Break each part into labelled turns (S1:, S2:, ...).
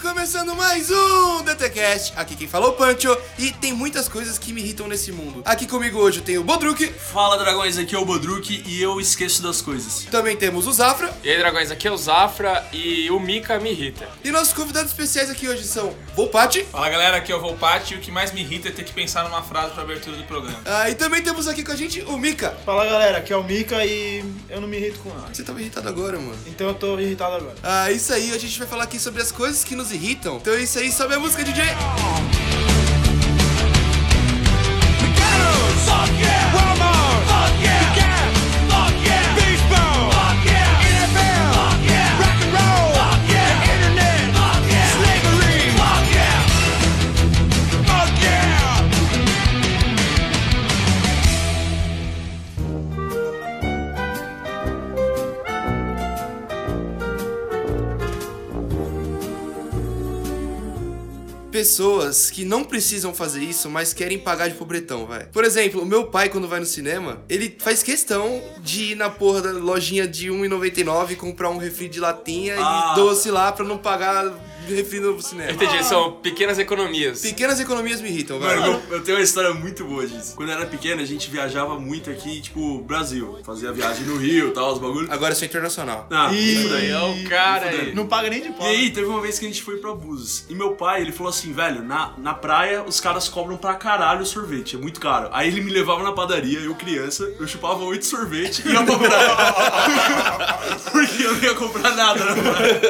S1: começando mais um DTCast. Aqui quem fala é o Pancho e tem muitas coisas que me irritam nesse mundo. Aqui comigo hoje eu tenho o Bodruk,
S2: Fala dragões, aqui é o Bodruk e eu esqueço das coisas.
S1: também temos o Zafra
S3: E aí, dragões, aqui é o Zafra e o Mika me irrita.
S1: e nossos convidados especiais aqui hoje são Volpati.
S4: Fala galera, aqui é o Volpati e o que mais me irrita é ter que pensar numa frase pra abertura do programa.
S1: ah, e também temos aqui com a gente o Mika.
S5: Fala galera, aqui é o Mika e eu não me irrito com nada.
S1: Você tava irritado agora, mano.
S5: Então eu tô irritado agora.
S1: Ah, isso aí, hoje a gente vai falar aqui sobre as coisas que nos irritam. Então é isso aí, sobe a música, DJ! Pessoas que não precisam fazer isso, mas querem pagar de pobretão, vai. Por exemplo, o meu pai, quando vai no cinema, ele faz questão de ir na porra da lojinha de 1,99 comprar um refri de latinha
S2: Ah.
S1: e doce lá pra não pagar refri no cinema.
S3: Eu entendi, são pequenas economias.
S1: Pequenas economias me irritam, vai.
S2: Mano, eu, eu tenho uma história muito boa disso. Quando eu era pequeno, a gente viajava muito aqui, tipo, Brasil. Fazia viagem no Rio e tal, os bagulhos.
S1: Agora eu sou internacional.
S2: Ah,
S5: Ih,
S2: isso daí.
S3: É o cara
S2: Fudeu.
S3: aí.
S5: Não paga nem de
S2: E
S5: pau. né?
S2: aí, teve uma vez que a gente foi pra Búzios. E meu pai, ele falou assim, velho, na, na praia os caras cobram pra caralho o sorvete, é muito caro. Aí ele me levava na padaria, eu criança, eu chupava oito sorvete e ia pra praia. Porque eu não ia comprar nada na praia.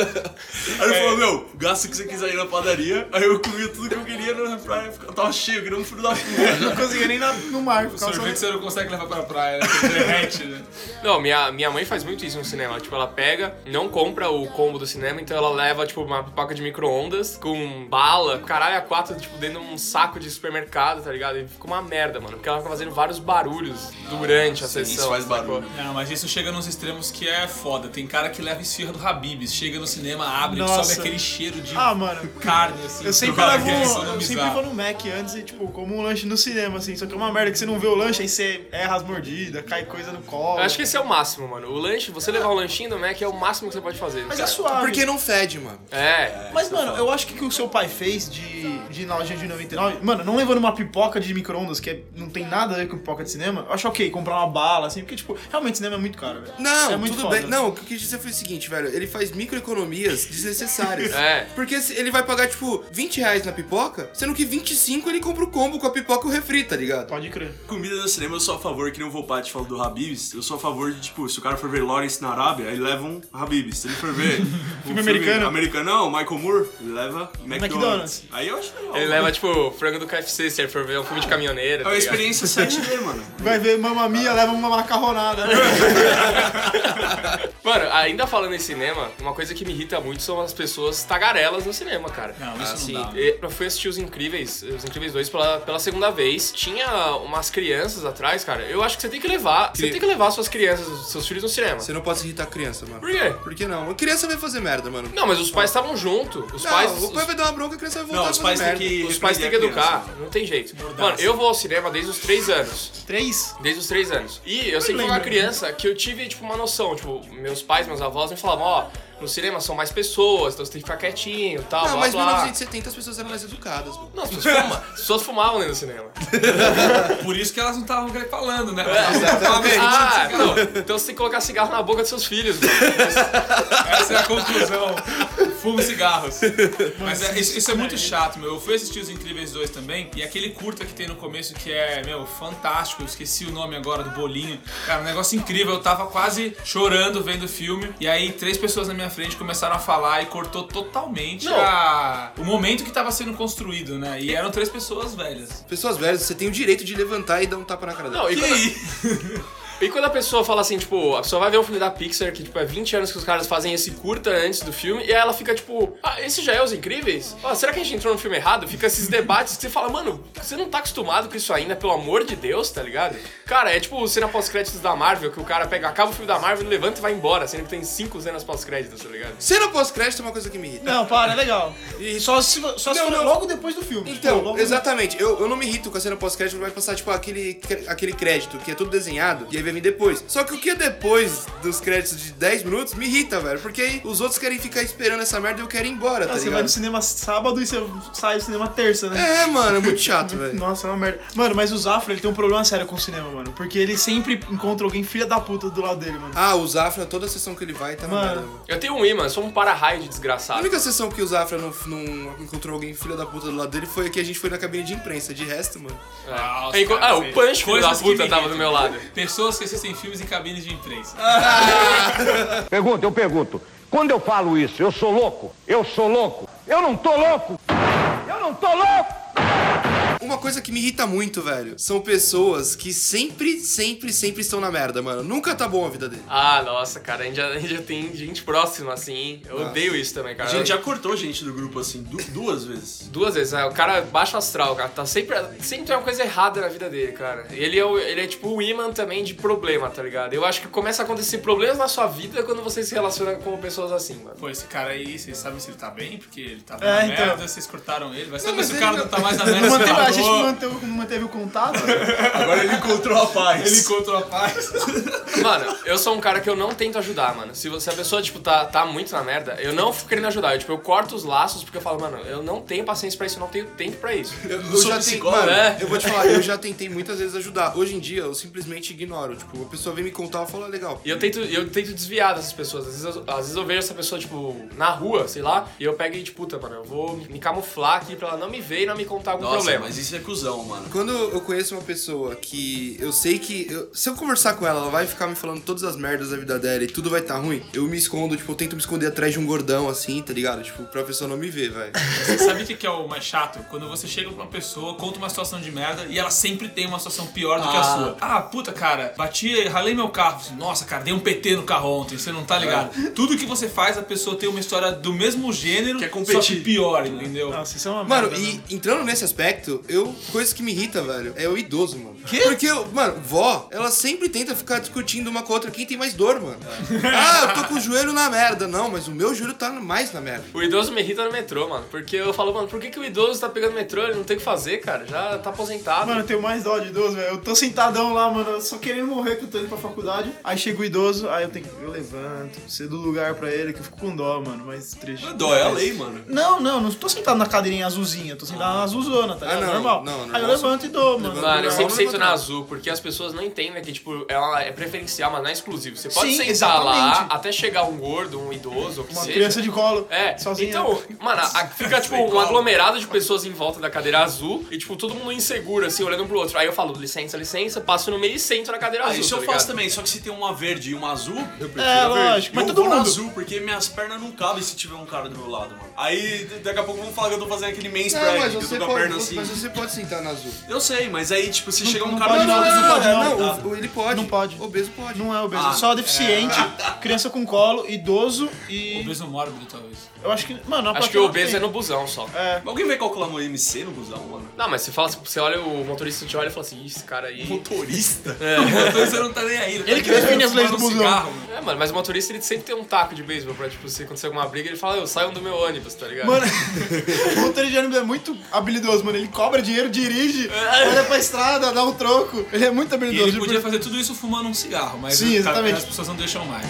S2: Aí ele falou, meu, gasta o que você quiser aí na padaria. Aí eu comia tudo que eu queria na praia, eu tava cheio, que nem um filho da puta.
S5: Não conseguia nem na- no mar. ficar
S4: Sorvete
S5: sorvete.
S4: você não consegue levar pra praia, né? Você derrete, né?
S3: Não, minha, minha mãe faz muito isso no cinema. Tipo, ela pega, não compra o combo do cinema, então ela leva, tipo, uma pipoca de micro-ondas com bala, caralho, a quatro, tipo, dentro de um saco de supermercado, tá ligado? E fica uma merda, mano, porque ela fica fazendo vários barulhos durante a
S2: sim,
S3: sessão.
S2: isso faz barulho.
S3: sacou?
S4: Não, mas isso chega nos extremos que é foda. Tem cara que leva esfirra do Habibs, chega no cinema, abre
S5: Nossa.
S4: e sobe aquele cheiro de
S5: Ah, mano.
S4: carne, assim.
S5: Eu sempre,
S4: cara,
S5: levo, um,
S4: que é isso,
S5: eu sempre
S4: bizarro.
S5: vou no Mac antes e, tipo, como um lanche no cinema, assim. Só que é uma merda que você não vê o lanche, aí você erra as mordidas, cai coisa no colo.
S3: Eu acho que esse é o máximo, mano. O lanche, você levar um lanchinho do Mac é o máximo que você pode fazer.
S5: Mas é
S3: cara.
S5: suave.
S1: Porque não fede, mano.
S3: É.
S5: Mas, mano, eu acho que o que o seu pai fez de, de ir na lojinha de 99, mano, não levando uma pipoca de micro-ondas, que é- não tem nada a ver com pipoca de cinema, eu acho ok comprar uma bala, assim, porque, tipo, realmente cinema é muito caro, velho.
S1: Não,
S5: é muito
S1: tudo
S5: foda.
S1: bem. Não, o que eu quis dizer foi o seguinte, velho. Ele faz microeconomias desnecessárias.
S3: É.
S1: Porque se ele vai pagar, tipo, 20 reais na pipoca, sendo que 25 ele compra o combo com a pipoca e o refri, tá ligado?
S5: Pode crer.
S2: Comida no cinema eu sou a favor, que nem o Volpati falou do Habibs, eu sou a favor de, tipo, se o cara for ver Lawrence na Arábia, ele leva um Habibs. Se ele for ver um filme
S5: americano.
S2: americano, não, Michael Moore, ele leva McDonald's.
S5: McDonald's.
S2: Aí eu acho legal.
S3: Ele leva, tipo, frango do KFC, se ele for ver um filme de caminhoneiro.
S2: É
S3: tá
S2: uma
S3: ligado?
S2: experiência 7D, mano.
S5: Vai ver Mamma Mia, leva uma macarronada. né?
S3: Mano, ainda falando em cinema, uma coisa que me irrita muito são as pessoas tagarelas no cinema, cara.
S4: Não, isso
S3: assim,
S4: não dá.
S3: e- Eu fui assistir Os Incríveis, Os Incríveis 2 pela, pela segunda vez. Tinha umas crianças atrás, cara. Eu acho que você tem que levar. Você tem que levar suas crianças, seus filhos no cinema.
S1: Você não pode irritar a criança, mano.
S3: Por quê?
S1: Por que não? A criança vai fazer merda, mano.
S3: Não, mas os pais estavam junto. Os
S1: Não,
S3: pais.
S1: o
S4: é
S1: pai vai dar uma bronca, a criança vai voltar
S2: Não,
S1: a
S2: os
S1: fazer
S2: pais têm
S1: merda.
S2: que.
S3: os pais têm que
S2: repreender a
S3: educar,
S2: criança.
S3: não tem jeito. Mano, eu vou ao cinema desde os 3 anos.
S5: Três.
S3: Desde os 3 anos. E eu sempre fui uma
S5: lembro.
S3: criança que eu tive, tipo, uma noção. Tipo, meus pais, meus avós me falavam, ó, no cinema são mais pessoas, então você tem que ficar quietinho e tal,
S1: Não,
S3: blá,
S1: mas em
S3: blá.
S1: 1970 as pessoas eram mais educadas, mano.
S3: Não, as pessoas, fuma- as pessoas fumavam dentro do cinema.
S4: Por isso que elas não estavam falando,
S5: É,
S4: né?
S3: Ah,
S4: tipo,
S3: não. Então você tem que colocar cigarro na boca dos seus filhos, mano.
S4: Essa é a conclusão. Fumo cigarros. Mas é, isso, isso é muito chato, meu. Eu fui assistir Os Incríveis 2 também. E aquele curta que tem no começo que é, meu, fantástico. Eu esqueci o nome agora do bolinho. Cara, um negócio incrível. Eu tava quase chorando vendo o filme. E aí, três pessoas na minha frente começaram a falar e cortou totalmente
S3: Não.
S4: a- o momento que tava sendo construído, né? E eram três pessoas velhas.
S1: Pessoas velhas, você tem o direito de levantar e dar um tapa na cara dela.
S3: Não, e
S4: E
S3: quando,
S4: aí?
S3: E quando a pessoa fala assim, tipo, a pessoa vai ver um filme da Pixar, que tipo, é 20 anos que os caras fazem esse curta antes do filme, e aí ela fica tipo, ah, esse já é Os Incríveis? Ó, será que a gente entrou no filme errado? Fica esses debates que você fala, mano, você não tá acostumado com isso ainda, pelo amor de Deus, tá ligado? Cara, é tipo cena pós-créditos da Marvel, que o cara pega, acaba o filme da Marvel, levanta e vai embora, sendo que tem cinco cenas pós-créditos, tá ligado?
S1: Cena pós-crédito é uma coisa que me irrita.
S5: Não, para, é legal. E só se, só se
S1: Não,
S5: for
S1: não.
S5: logo depois do filme. Tipo,
S1: Então,
S5: logo
S1: exatamente. Eu, eu não me irrito com a cena pós-crédito, vai passar, tipo, aquele, aquele crédito que é tudo desenhado, e aí vai vai vir depois. Só que o que é depois dos créditos de 10 minutos me irrita, velho. Porque aí os outros querem ficar esperando essa merda e eu quero ir embora, tá
S5: Ah, você vai no
S1: ligado?
S5: cinema sábado e você sai do cinema terça, né?
S1: É, mano, é muito chato, velho.
S5: Nossa, é uma merda. Mano, mas o Zafra, ele tem um problema sério com o cinema, mano. Porque ele sempre encontra alguém filha da puta do lado dele, mano.
S1: Ah, o Zafra, toda sessão que ele vai tá na
S5: Mano.
S1: merda, velho.
S3: Eu tenho um imã, sou um para-raio de
S1: A
S3: desgraçado.
S1: única sessão que o Zafra não, não encontrou alguém filha da puta do lado dele foi a que a gente foi na cabine de imprensa. De resto, mano.
S3: É.
S4: Nossa,
S3: Enqu-
S4: cara,
S3: ah, o
S4: velho.
S3: Punch, filho da
S4: Coisas que me
S3: puta, tava do
S4: irritam.
S3: meu lado.
S4: Pessoas que assistem filmes em cabines de imprensa.
S6: Pergunta, eu pergunto. Quando eu falo isso, eu sou louco? Eu sou louco? Eu não tô louco! Eu não tô louco!
S1: Uma coisa que me irrita muito, velho, são pessoas que sempre, sempre, sempre estão na merda, mano. Nunca tá bom a vida dele.
S3: Ah, nossa, cara, a gente já, a gente já tem gente próxima, assim. hein? Eu odeio isso também,
S2: A
S3: cara.
S2: gente já cortou gente do grupo assim du- duas vezes.
S3: Duas vezes, né? O cara baixa astral, cara. Tá sempre, sempre tem uma coisa errada na vida dele, cara. Ele é, o- ele é tipo o imã também de problema, tá ligado? Eu acho que começa a acontecer problemas na sua vida quando você se relaciona com pessoas assim, mano.
S4: Pô, esse cara aí, vocês sabem se ele tá bem? Porque ele tá
S5: É,
S4: na
S5: então.
S4: merda, vocês cortaram ele. Vai saber
S1: mas
S4: se o
S1: ele
S4: cara
S1: não-
S4: não tá mais na
S5: Não
S4: merda. se
S5: manteve- a gente
S4: acabou.
S5: manteve, não manteve o contato.
S2: Agora ele encontrou a paz.
S4: Ele encontrou a paz.
S3: Mano, eu sou um cara que eu não tento ajudar, mano. Se, você- se a pessoa, tipo, tá, tá muito na merda, eu não fico querendo ajudar. Eu, tipo, eu corto os laços porque eu falo, mano, eu não tenho paciência pra isso, eu não tenho tempo pra isso.
S1: Eu, eu
S2: sou
S1: já tentei,
S2: psicólogo.
S1: mano,
S3: É.
S1: eu vou te falar, eu já tentei muitas vezes ajudar. Hoje em dia, eu simplesmente ignoro. Tipo, uma pessoa vem me contar, eu falo, ah, legal.
S3: E eu tento, eu tento desviar dessas pessoas. Às vezes, eu, às vezes eu vejo essa pessoa, tipo, na rua, sei lá, e eu pego e, tipo, puta, mano, eu vou me camuflar aqui pra ela não me ver e não me contar algum
S2: Nossa,
S3: problema.
S2: mas isso é cuzão, mano.
S1: Quando eu conheço uma pessoa que eu sei que. eu- se eu conversar com ela, ela vai ficar me falando todas as merdas da vida dela e tudo vai tá ruim, eu me escondo, tipo, eu tento me esconder atrás de um gordão assim, tá ligado? Tipo, pra pessoa não me ver, velho.
S4: Você sabe o que que é o mais chato? Quando você chega pra uma pessoa, conta uma situação de merda e ela sempre tem uma situação pior do que a
S3: Ah.
S4: sua. Ah, puta, cara, bati, ralei meu carro. Nossa, cara, dei um PT no carro ontem, você não tá ligado. Tudo que você faz, a pessoa tem uma história do mesmo gênero,
S2: Quer
S4: só que
S2: competir.
S4: pior, entendeu?
S5: Nossa, isso é uma
S1: Mano,
S5: merda.
S1: e entrando nesse aspecto, eu. Coisa que me irrita, velho, é o idoso, mano. Quê? Porque, eu- mano, vó, ela sempre tenta ficar discutindo uma com a outra quem tem mais dor, mano. ah, eu tô com o joelho na merda. Não, mas o meu joelho tá mais na merda.
S3: O idoso me irrita no metrô, mano. Porque eu falo, mano, por que, que o idoso tá pegando metrô? Ele não tem o que fazer, cara. Já tá aposentado.
S5: Mano, eu tenho mais dó de idoso, velho. Eu tô sentadão lá, mano, só querendo morrer que eu tô indo pra faculdade. Aí chega o idoso, aí eu tenho que. Eu levanto, cedo lugar pra ele, que eu fico com dó, mano, mas triste.
S2: Dó é a lei, mano.
S5: Não, não, não tô sentado na cadeirinha azulzinha, tô sentado na azulzona, tá
S1: Ah,
S5: ligado?
S1: não,
S5: normal.
S1: não, normal.
S5: Aí eu levanto e dou, mano.
S3: Mano,
S1: Não,
S3: eu sempre
S1: não
S3: sento
S1: vou
S3: na
S1: não.
S3: azul, porque as pessoas não entendem que, tipo, ela é preferencial, mas não é exclusivo. Você pode
S5: Sim,
S3: sentar lá
S5: exatamente.
S3: até chegar um gordo, um idoso, ou que
S5: Uma
S3: seja.
S5: criança de colo.
S3: É,
S5: sozinha.
S3: então, mano, a- a- fica tipo um aglomerado de pessoas em volta da cadeira azul e, tipo, todo mundo inseguro, assim, olhando um pro outro. Aí eu falo, licença, licença, passo no meio e sento na cadeira
S2: Ah,
S3: azul.
S2: isso
S3: tá
S2: eu
S3: ligado?
S2: faço também, só que se tem uma verde e uma azul, eu prefiro
S5: É,
S2: a verde.
S5: lógico,
S1: tipo,
S5: mas
S2: eu
S5: todo
S2: vou na
S5: mundo.
S2: azul, porque minhas pernas não cabem se tiver um cara do meu lado, mano. Aí daqui a pouco vão falar que eu tô fazendo aquele main
S1: Não,
S2: spread,
S1: É, mas
S2: que eu
S1: você,
S5: tá
S2: tô com a
S1: pode,
S2: perna assim.
S1: mas você pode sentar na azul.
S2: Eu sei, mas aí, tipo, se chega um
S5: não
S2: cara
S5: pode
S2: do meu
S5: não,
S2: lado,
S5: não pode
S2: eu-
S5: não.
S2: Tá.
S1: o- o- ele pode.
S5: Não pode.
S1: Obeso pode.
S5: Não é obeso,
S2: Ah,
S5: só deficiente, criança com colo, idoso e.
S4: Obeso mórbido, talvez.
S5: Eu acho que. Mano, a
S3: Acho que o obeso é no busão só.
S2: Alguém vai calcular meu MC no busão, mano?
S3: Não, mas você fala, você olha o motorista te olha e fala assim, "Ih, esse cara aí.
S2: Motorista?
S4: Então você não tá nem aí.
S5: Ele que define as leis do busão.
S3: É, mano, mas o motorista ele sempre tem um taco de beisebol pra, tipo, se acontecer alguma briga, ele fala, eu saiam do meu ônibus, tá ligado?
S5: Mano, o motorista de ônibus é muito habilidoso, mano. Ele cobra dinheiro, dirige,
S3: É.
S5: olha pra estrada, dá um troco. Ele é muito
S4: E
S5: habilidoso.
S4: ele
S5: de
S4: podia fazer tudo isso fumando um cigarro, mas
S5: Sim,
S4: o cara-
S5: exatamente.
S4: as pessoas não deixam mais.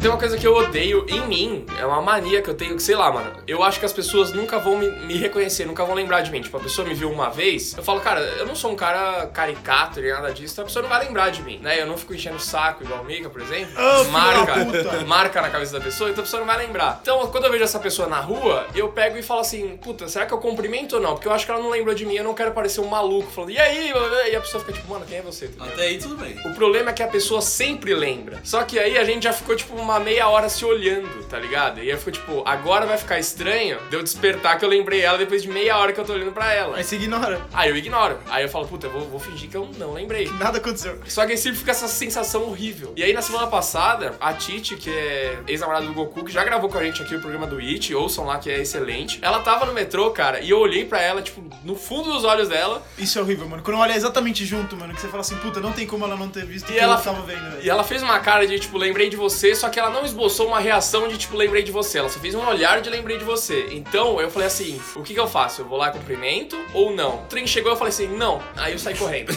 S3: Tem uma coisa que eu odeio em mim, é uma mania que eu tenho, que sei lá, mano. Eu acho que as pessoas nunca vão me, me reconhecer, nunca vão lembrar de mim. Tipo, a pessoa me viu uma vez, eu falo, cara, eu não sou um cara caricato nem nada disso, então a pessoa não vai lembrar de mim, né? Eu não fico enchendo o saco igual o Mika, por exemplo.
S5: Ah, filho da
S3: marca,
S5: puta.
S3: marca na cabeça da pessoa, então a pessoa não vai lembrar. Então, quando eu vejo essa pessoa na rua, eu pego e falo assim, puta, será que eu cumprimento ou não? Porque eu acho que ela não lembrou de mim, eu não quero parecer um maluco falando, e aí? E a pessoa fica tipo, mano, quem é você? Tá ligado?
S2: Até aí tudo bem.
S3: O problema é que a pessoa sempre lembra. Só que aí a gente já ficou tipo uma meia hora se olhando, tá ligado? E aí ficou tipo, agora vai ficar estranho de eu despertar que eu lembrei ela depois de meia hora que eu tô olhando pra ela.
S5: Aí você ignora.
S3: Aí eu ignoro. Aí eu falo, puta, eu vou, vou fingir que eu não lembrei.
S5: Nada aconteceu.
S3: Só que aí sempre fica essa sensação horrível. E aí na semana passada, a Titi, que é ex-namorada do Goku, que já gravou com a gente aqui o programa do It, ouçam lá que é excelente. Ela tava no metrô, cara, e eu olhei pra ela, tipo, no fundo dos olhos dela,
S5: Isso é horrível, mano. Quando olha exatamente junto, mano, que você fala assim, puta, não tem como ela não ter visto
S3: E
S5: que
S3: ela-
S5: eu tava vendo, velho.
S3: E ela fez uma cara de tipo, lembrei de você, só que ela não esboçou uma reação de tipo, lembrei de você. Ela só fez um olhar de lembrei de você. Então eu falei assim: o que, que eu faço? Eu vou lá e cumprimento ou não? O trem chegou eu falei assim: não. Aí eu saí correndo.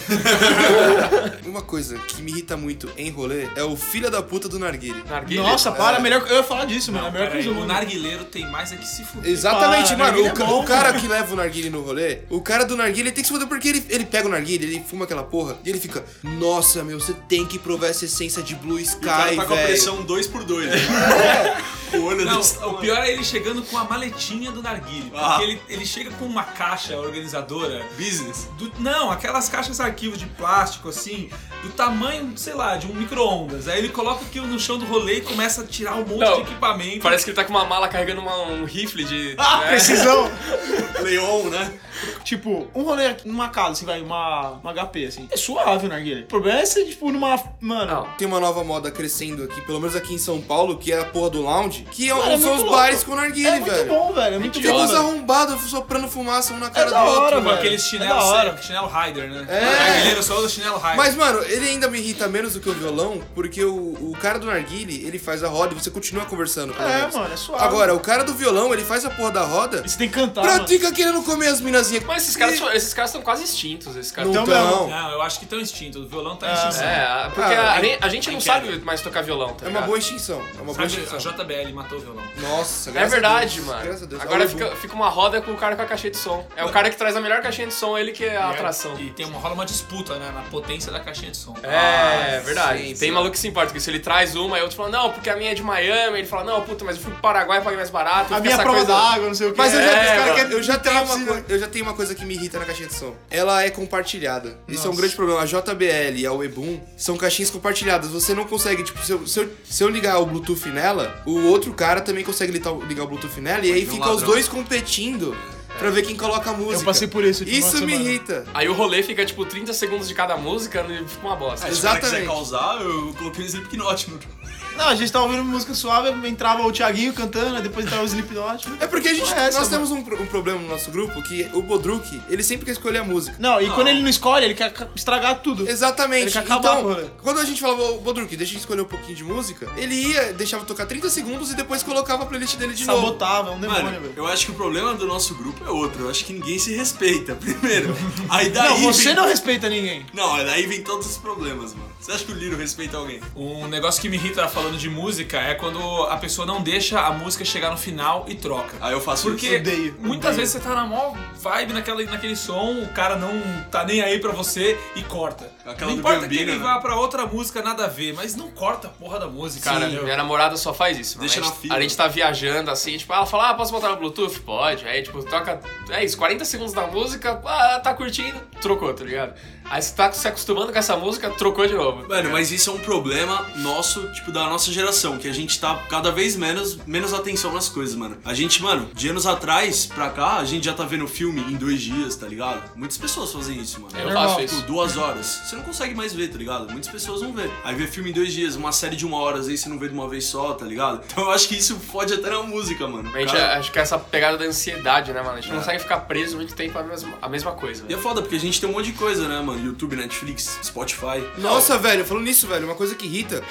S1: Uma coisa que me irrita muito em rolê é o filho da puta do narguile.
S3: Narguilha.
S5: Noisa, para, melhor. Eu ia falar disso, mano. É melhor que
S4: Peraí,
S5: o
S4: o
S5: mundo.
S4: narguileiro tem mais é que se fuder.
S1: Exatamente,
S5: Para,
S1: mano. O,
S5: narguilé é
S1: ca-
S5: bom,
S1: o cara que leva o narguile no rolê, o cara do narguile ele tem que se foder porque ele, ele pega o narguile, ele fuma aquela porra e ele fica, nossa, meu, você tem que provar essa essência de Blue Sky,
S2: O cara tá com a
S1: velho.
S2: pressão 2 por 2 O olho
S4: Não,
S2: desse
S4: o pior é ele chegando com a maletinha do narguile. Porque
S2: Ah.
S4: ele, ele chega com uma caixa organizadora
S2: business.
S4: do- não, aquelas caixas arquivo de plástico assim, do tamanho, sei lá, de um micro-ondas. Aí ele coloca aquilo no chão do rolê e começa a tirar um monte
S3: Não,
S4: de equipamento.
S3: Parece que ele tá com uma mala carregando uma- um rifle de.
S5: Ah,
S3: né?
S5: precisão!
S2: Leon, né?
S5: tipo, um rolê aqui numa casa, assim, vai, uma, uma HP, assim. É suave o narguilha. O problema é ser, tipo, numa. Mano.
S3: Não.
S1: Tem uma nova moda crescendo aqui, pelo menos aqui em São Paulo, que é a porra do lounge, que é,
S5: Cara, é
S1: são os
S5: muito
S1: bares
S5: louco.
S1: com narguile,
S5: É muito
S1: velho.
S5: bom, velho. É muito
S1: Tem
S5: bom.
S1: uns
S5: velho.
S1: arrombados soprando fumaça um na cara
S5: da
S1: do outro.
S5: hora,
S4: com
S5: velho.
S4: aqueles
S5: É
S4: chinelos,
S5: da hora.
S4: sério, chinelo rider, né?
S1: É.
S4: O narguileiro só usa chinelo rider.
S1: Mas, mano, ele ainda me irrita menos do que o violão, porque o, o cara do narguile, ele faz a roda e você continua conversando, pelo
S5: É,
S1: menos.
S5: mano, é suave.
S1: Agora, o cara do violão, ele faz a porra da roda,
S5: E você tem que cantar. mano.
S1: pratica querendo comer as minazinhas.
S3: tá, Mas esses caras são- esses caras estão quase extintos, esses caras.
S1: Não
S5: Então,
S1: tão.
S4: Não, eu acho que tá um instinto. O violão tá em
S5: Ah.
S4: extinção.
S3: É, porque
S1: Ah,
S3: a, gen- a gente não
S4: quem
S3: sabe mais tocar violão, tá
S1: É uma
S3: ligado?
S1: boa extinção. É uma boa
S4: Sabe, a
S1: extinção.
S4: JBL matou o violão.
S1: Nossa,
S3: É
S1: graças a
S3: verdade,
S1: Deus,
S3: mano.
S1: Graças a Deus. é
S3: Agora
S1: Olha,
S3: fica, fica uma roda com o cara com a caixinha de som. É o cara que traz a melhor caixinha de som, ele que é a atração.
S4: E tem uma, rola uma disputa, né? Na potência da caixinha de som.
S3: É, verdade.
S1: sim,
S3: Tem
S1: sim.
S3: maluco que se importa com isso. Ele traz uma, aí outro fala, não, porque a minha é de Miami. Ele fala, não, puta, mas eu fui pro Paraguai, paguei mais barato.
S5: A
S3: Fica
S5: minha
S3: essa
S5: prova
S3: coisa-
S5: da água, não sei o que.
S1: Mas eu já,
S3: É,
S1: os cara
S3: mano.
S1: quer- eu já tenho uma
S5: possível.
S1: coisa, eu já tenho uma coisa que me irrita na caixinha de som. Ela é compartilhada. Isso é um grande problema. A JBL e a Webum são caixinhas compartilhadas. Você não consegue, tipo, se eu, se eu- se eu ligar o Bluetooth nela, o outro cara também consegue litar o- ligar o Bluetooth nela e aí
S2: não
S3: um
S1: fica os
S2: ladrão.
S1: dois competindo pra ver quem coloca a música.
S5: passei por isso, tipo,
S1: Isso
S5: uma
S1: me
S5: semana.
S1: irrita.
S3: Aí o rolê fica, tipo, 30 segundos de cada música né, e fica uma bosta.
S2: Ah, Se o cara quiser
S1: Exatamente.
S2: causar, eu coloquei um Slipknot no...
S1: é-
S5: Não, a gente tava ouvindo música suave, entrava o Thiaguinho cantando, aí depois entrava o Slipknot.
S1: É porque a gente,
S5: Porra, é essa,
S1: nós
S5: mano?
S1: temos um, pro- um problema no nosso grupo que o Bodruk, ele sempre quer escolher a música.
S5: Não, e quando ele não escolhe, ele quer ca- estragar tudo. Ele
S1: Exatamente.
S5: quer acabar com o rolê.
S1: então, quando a gente falava, ô, Bodruk, deixa eu escolher um pouquinho de música, ele ia, deixava tocar 30 segundos e depois colocava a playlist dele de novo.
S5: Sabotava, é um demônio,
S2: Mano,
S5: velho.
S2: eu acho que o problema do nosso grupo é outro. Eu acho que ninguém se respeita, primeiro. Aí daí.
S5: Não, você
S2: vem...
S5: não respeita ninguém.
S2: Não, daí vem todos os problemas, mano. Você acha que o Liro respeita alguém?
S4: Um negócio que me irrita falando de música é quando a pessoa não deixa a música chegar no final e troca.
S2: Aí eu faço
S4: Porque
S2: isso.
S5: Odeio,
S4: muitas
S5: odeio.
S4: vezes você tá na mó vibe naquela, naquele som, o cara não tá nem aí pra você e corta.
S2: Aquela
S4: não
S2: do
S4: importa
S2: Gambino,
S4: que ele
S2: né?
S4: vá pra outra música, nada a ver, mas não corta a porra da música.
S3: Cara,
S4: entendeu?
S3: minha namorada só faz isso. mano.
S2: Deixa
S3: a gente,
S2: na fila.
S3: A gente tá viajando assim, tipo, ela fala, ah, posso botar no Bluetooth? Pode. Aí, tipo, toca, é isso, 40 segundos da música, ah, tá curtindo, trocou, tá ligado? Aí você tá se acostumando com essa música, trocou de novo.
S2: Mano, mas isso é um problema nosso, tipo, da nossa geração, que a gente tá cada vez menos, menos atenção nas coisas, mano. A gente, mano, de anos atrás pra cá, a gente já tá vendo filme em dois dias, tá ligado? Muitas pessoas fazem isso, mano.
S3: Eu
S5: normal,
S3: faço
S2: Tipo,
S3: isso.
S2: duas horas. Você não consegue mais ver, tá ligado? Muitas pessoas vão ver. Aí vê filme em dois dias, uma série de uma hora, às vezes você não vê de uma vez só, tá ligado? Então eu acho que isso fode até na música, mano.
S3: A gente,
S2: Cara,
S3: acho que é essa pegada da ansiedade, né, mano? A gente não consegue ficar preso muito tempo a mesma, a mesma coisa.
S2: E é
S3: velho.
S2: foda, porque a gente tem um monte de coisa, né, mano? YouTube, Netflix, Spotify.
S1: Nossa, velho, falando nisso, velho, uma coisa que irrita.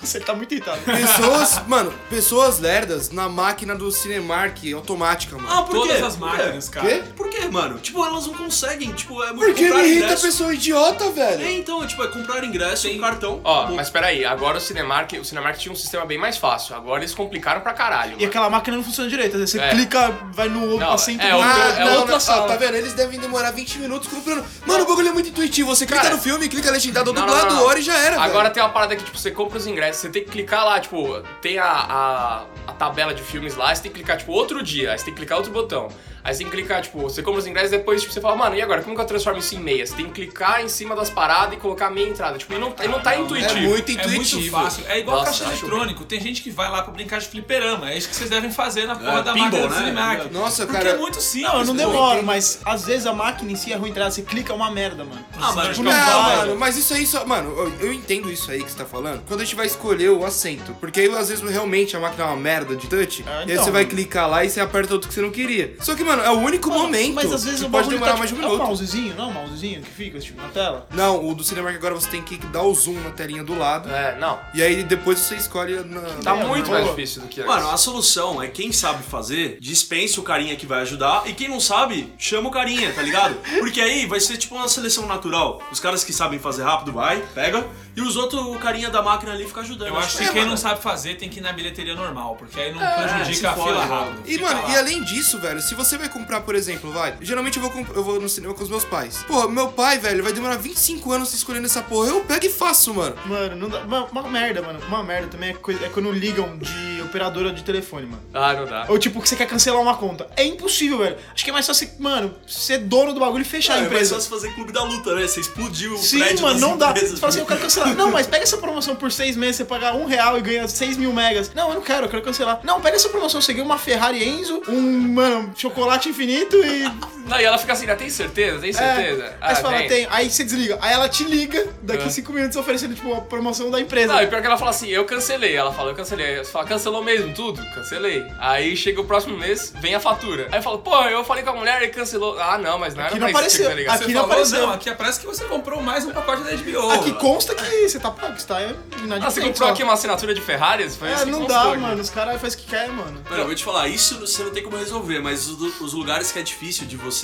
S5: Você tá muito irritado.
S1: Pessoas, mano, pessoas lerdas na máquina do Cinemark automática, mano.
S2: Ah, por
S4: Todas
S2: quê?
S4: as máquinas,
S1: Quê?
S4: cara.
S2: Por quê, mano? Tipo, elas não conseguem. Tipo, é muito
S1: Porque
S2: comprar
S1: me irrita a
S2: ingresso.
S1: pessoa idiota,
S2: É,
S1: velho.
S2: então, tipo, é comprar ingresso, um cartão.
S3: Ó,
S2: Pô,
S3: mas peraí, agora o Cinemark, o Cinemark tinha um sistema bem mais fácil. Agora eles complicaram pra caralho.
S5: E
S3: mano.
S5: aquela máquina não funciona direito. às vezes Você
S3: É.
S5: clica, vai no assim,
S3: Não,
S5: assento
S3: é
S5: do-
S3: o teu-
S1: Ah,
S3: é
S1: não,
S3: outra
S1: não,
S3: sala.
S1: ó, tá vendo? Eles devem demorar 20 minutos comprando. Mano, o bagulho é muito intuitivo. Você clica
S3: Cara,
S1: no filme, clica legendado ou
S3: Não, não, não,
S1: dublado,
S3: não.
S1: hora e já era.
S3: Agora
S1: velho.
S3: tem uma parada que, tipo, você compra os ingressos, é, você tem que clicar lá, tipo, tem a, a, a tabela de filmes lá, você tem que clicar, tipo, outro dia, aí você tem que clicar outro botão. Aí você tem que clicar, tipo, você compra os ingressos e depois tipo, você fala, mano, e agora? Como que eu transformo isso em meia? Você tem que clicar em cima das paradas e colocar a meia entrada. Tipo, e não, e não tá intuitivo.
S1: É muito
S4: É muito
S1: intuitivo.
S4: fácil. É igual
S3: Nossa,
S4: caixa
S3: acho
S4: eletrônico. Tem gente que vai lá pra brincar de fliperama. É isso que vocês devem fazer na porra
S2: É,
S4: da
S2: pinball,
S4: máquina
S2: né?
S4: do Cinemac.
S1: Nossa,
S4: Porque
S1: cara.
S4: é muito simples.
S5: Não, eu não
S4: pô.
S5: demoro, mas às vezes a máquina em si é ruim entrada, você clica é uma merda, mano.
S4: Ah, mas
S5: Tipo,
S1: Não,
S5: não vai.
S1: mano, mas isso aí só. Mano, eu, eu entendo isso aí que você tá falando. Quando a gente vai escolher o assento. Porque aí, às vezes, realmente a máquina é uma merda de touch. e
S5: Ah,
S1: aí
S5: então,
S1: você vai
S5: mano.
S1: clicar lá e você aperta outro que você não queria. Só que, mano, é o único
S5: Mano,
S1: momento.
S5: Mas às vezes
S1: que
S5: o
S1: pode
S5: bagulho
S1: demorar
S5: tá,
S1: mais de um
S5: tipo, É o
S1: minuto.
S5: mousezinho, não é o mousezinho que fica, tipo, na tela?
S1: Não, o do Cinemark agora você tem que dar o zoom na telinha do lado.
S3: É, não.
S1: E aí depois você escolhe na.
S3: Tá
S1: na-
S3: muito
S1: na-
S3: mais difícil do que antes.
S2: Mano, a solução é quem sabe fazer, dispense o carinha que vai ajudar, e quem não sabe, chama o carinha, tá ligado? Porque aí vai ser tipo uma seleção natural. Os caras que sabem fazer rápido, vai, pega, e os outros, o carinha da máquina ali fica ajudando.
S4: Eu acho que
S2: É,
S4: quem
S2: mano.
S4: não sabe fazer tem que ir na bilheteria normal, porque aí não
S2: se
S4: prejudica a
S2: fode,
S4: fila
S2: mano.
S4: rápido.
S1: E,
S4: Fica
S1: mano,
S4: lá.
S1: e além disso, velho, se você vai comprar, por exemplo, vai. Geralmente eu vou, comp- eu vou no cinema com os meus pais. Pô, meu pai, velho, vai demorar 25 anos escolhendo essa porra. Eu pego e faço, mano.
S5: Mano, não dá. Uma, uma merda, mano. Uma merda também é, coisa, é quando ligam de operadora de telefone, mano.
S3: Ah, não dá.
S5: Ou tipo, que você quer cancelar uma conta. É impossível, velho. Acho que é mais só você, mano, ser dono do bagulho e fechar a
S2: É, mas
S5: empresa.
S2: só se fazer clube da luta, né? Você explodiu o
S5: Sim,
S2: prédio
S5: mano,
S2: das
S5: não dá.
S2: empresas.
S5: Você fala assim, eu quero cancelar. Não, mas pega essa promoção por seis meses, você paga um real e ganha seis mil megas. Não, eu não quero, eu quero cancelar. Não, pega essa promoção, você ganha uma Ferrari Enzo, um, mano, chocolate infinito e.
S3: Não, e ela fica assim, ah, tem certeza? Tem certeza?
S5: É.
S3: Ah,
S5: Aí você fala, tem. Aí você desliga. Aí ela te liga daqui
S3: É.
S5: cinco minutos oferecendo, tipo, uma promoção da empresa.
S3: Não, e pior que ela fala assim, eu cancelei. Ela fala, eu cancelei. Aí você fala, cancelou mesmo tudo? Cancelei. Aí chega o próximo mês, vem a fatura. Aí eu falo, pô, eu falei com a mulher e cancelou. Ah, não, mas não era
S5: Aqui não
S3: pra isso que
S5: apareceu.
S3: você tá ligado.
S5: Aqui
S4: Você
S5: não
S4: falou,
S5: apareceu.
S4: não, aqui aparece que você comprou mais um pacote da HBO.
S5: Aqui consta que você tá pago, você tá inadimplente.
S3: Ah, você comprou
S5: ó.
S3: aqui uma assinatura de Ferraris? Foi isso
S5: É,
S3: que
S5: não
S3: constou
S5: dá,
S3: aqui.
S5: mano. Os caras fazem o que quer, mano.
S2: Mano, eu vou te falar, isso você não tem como resolver, mas os, os lugares que é difícil de você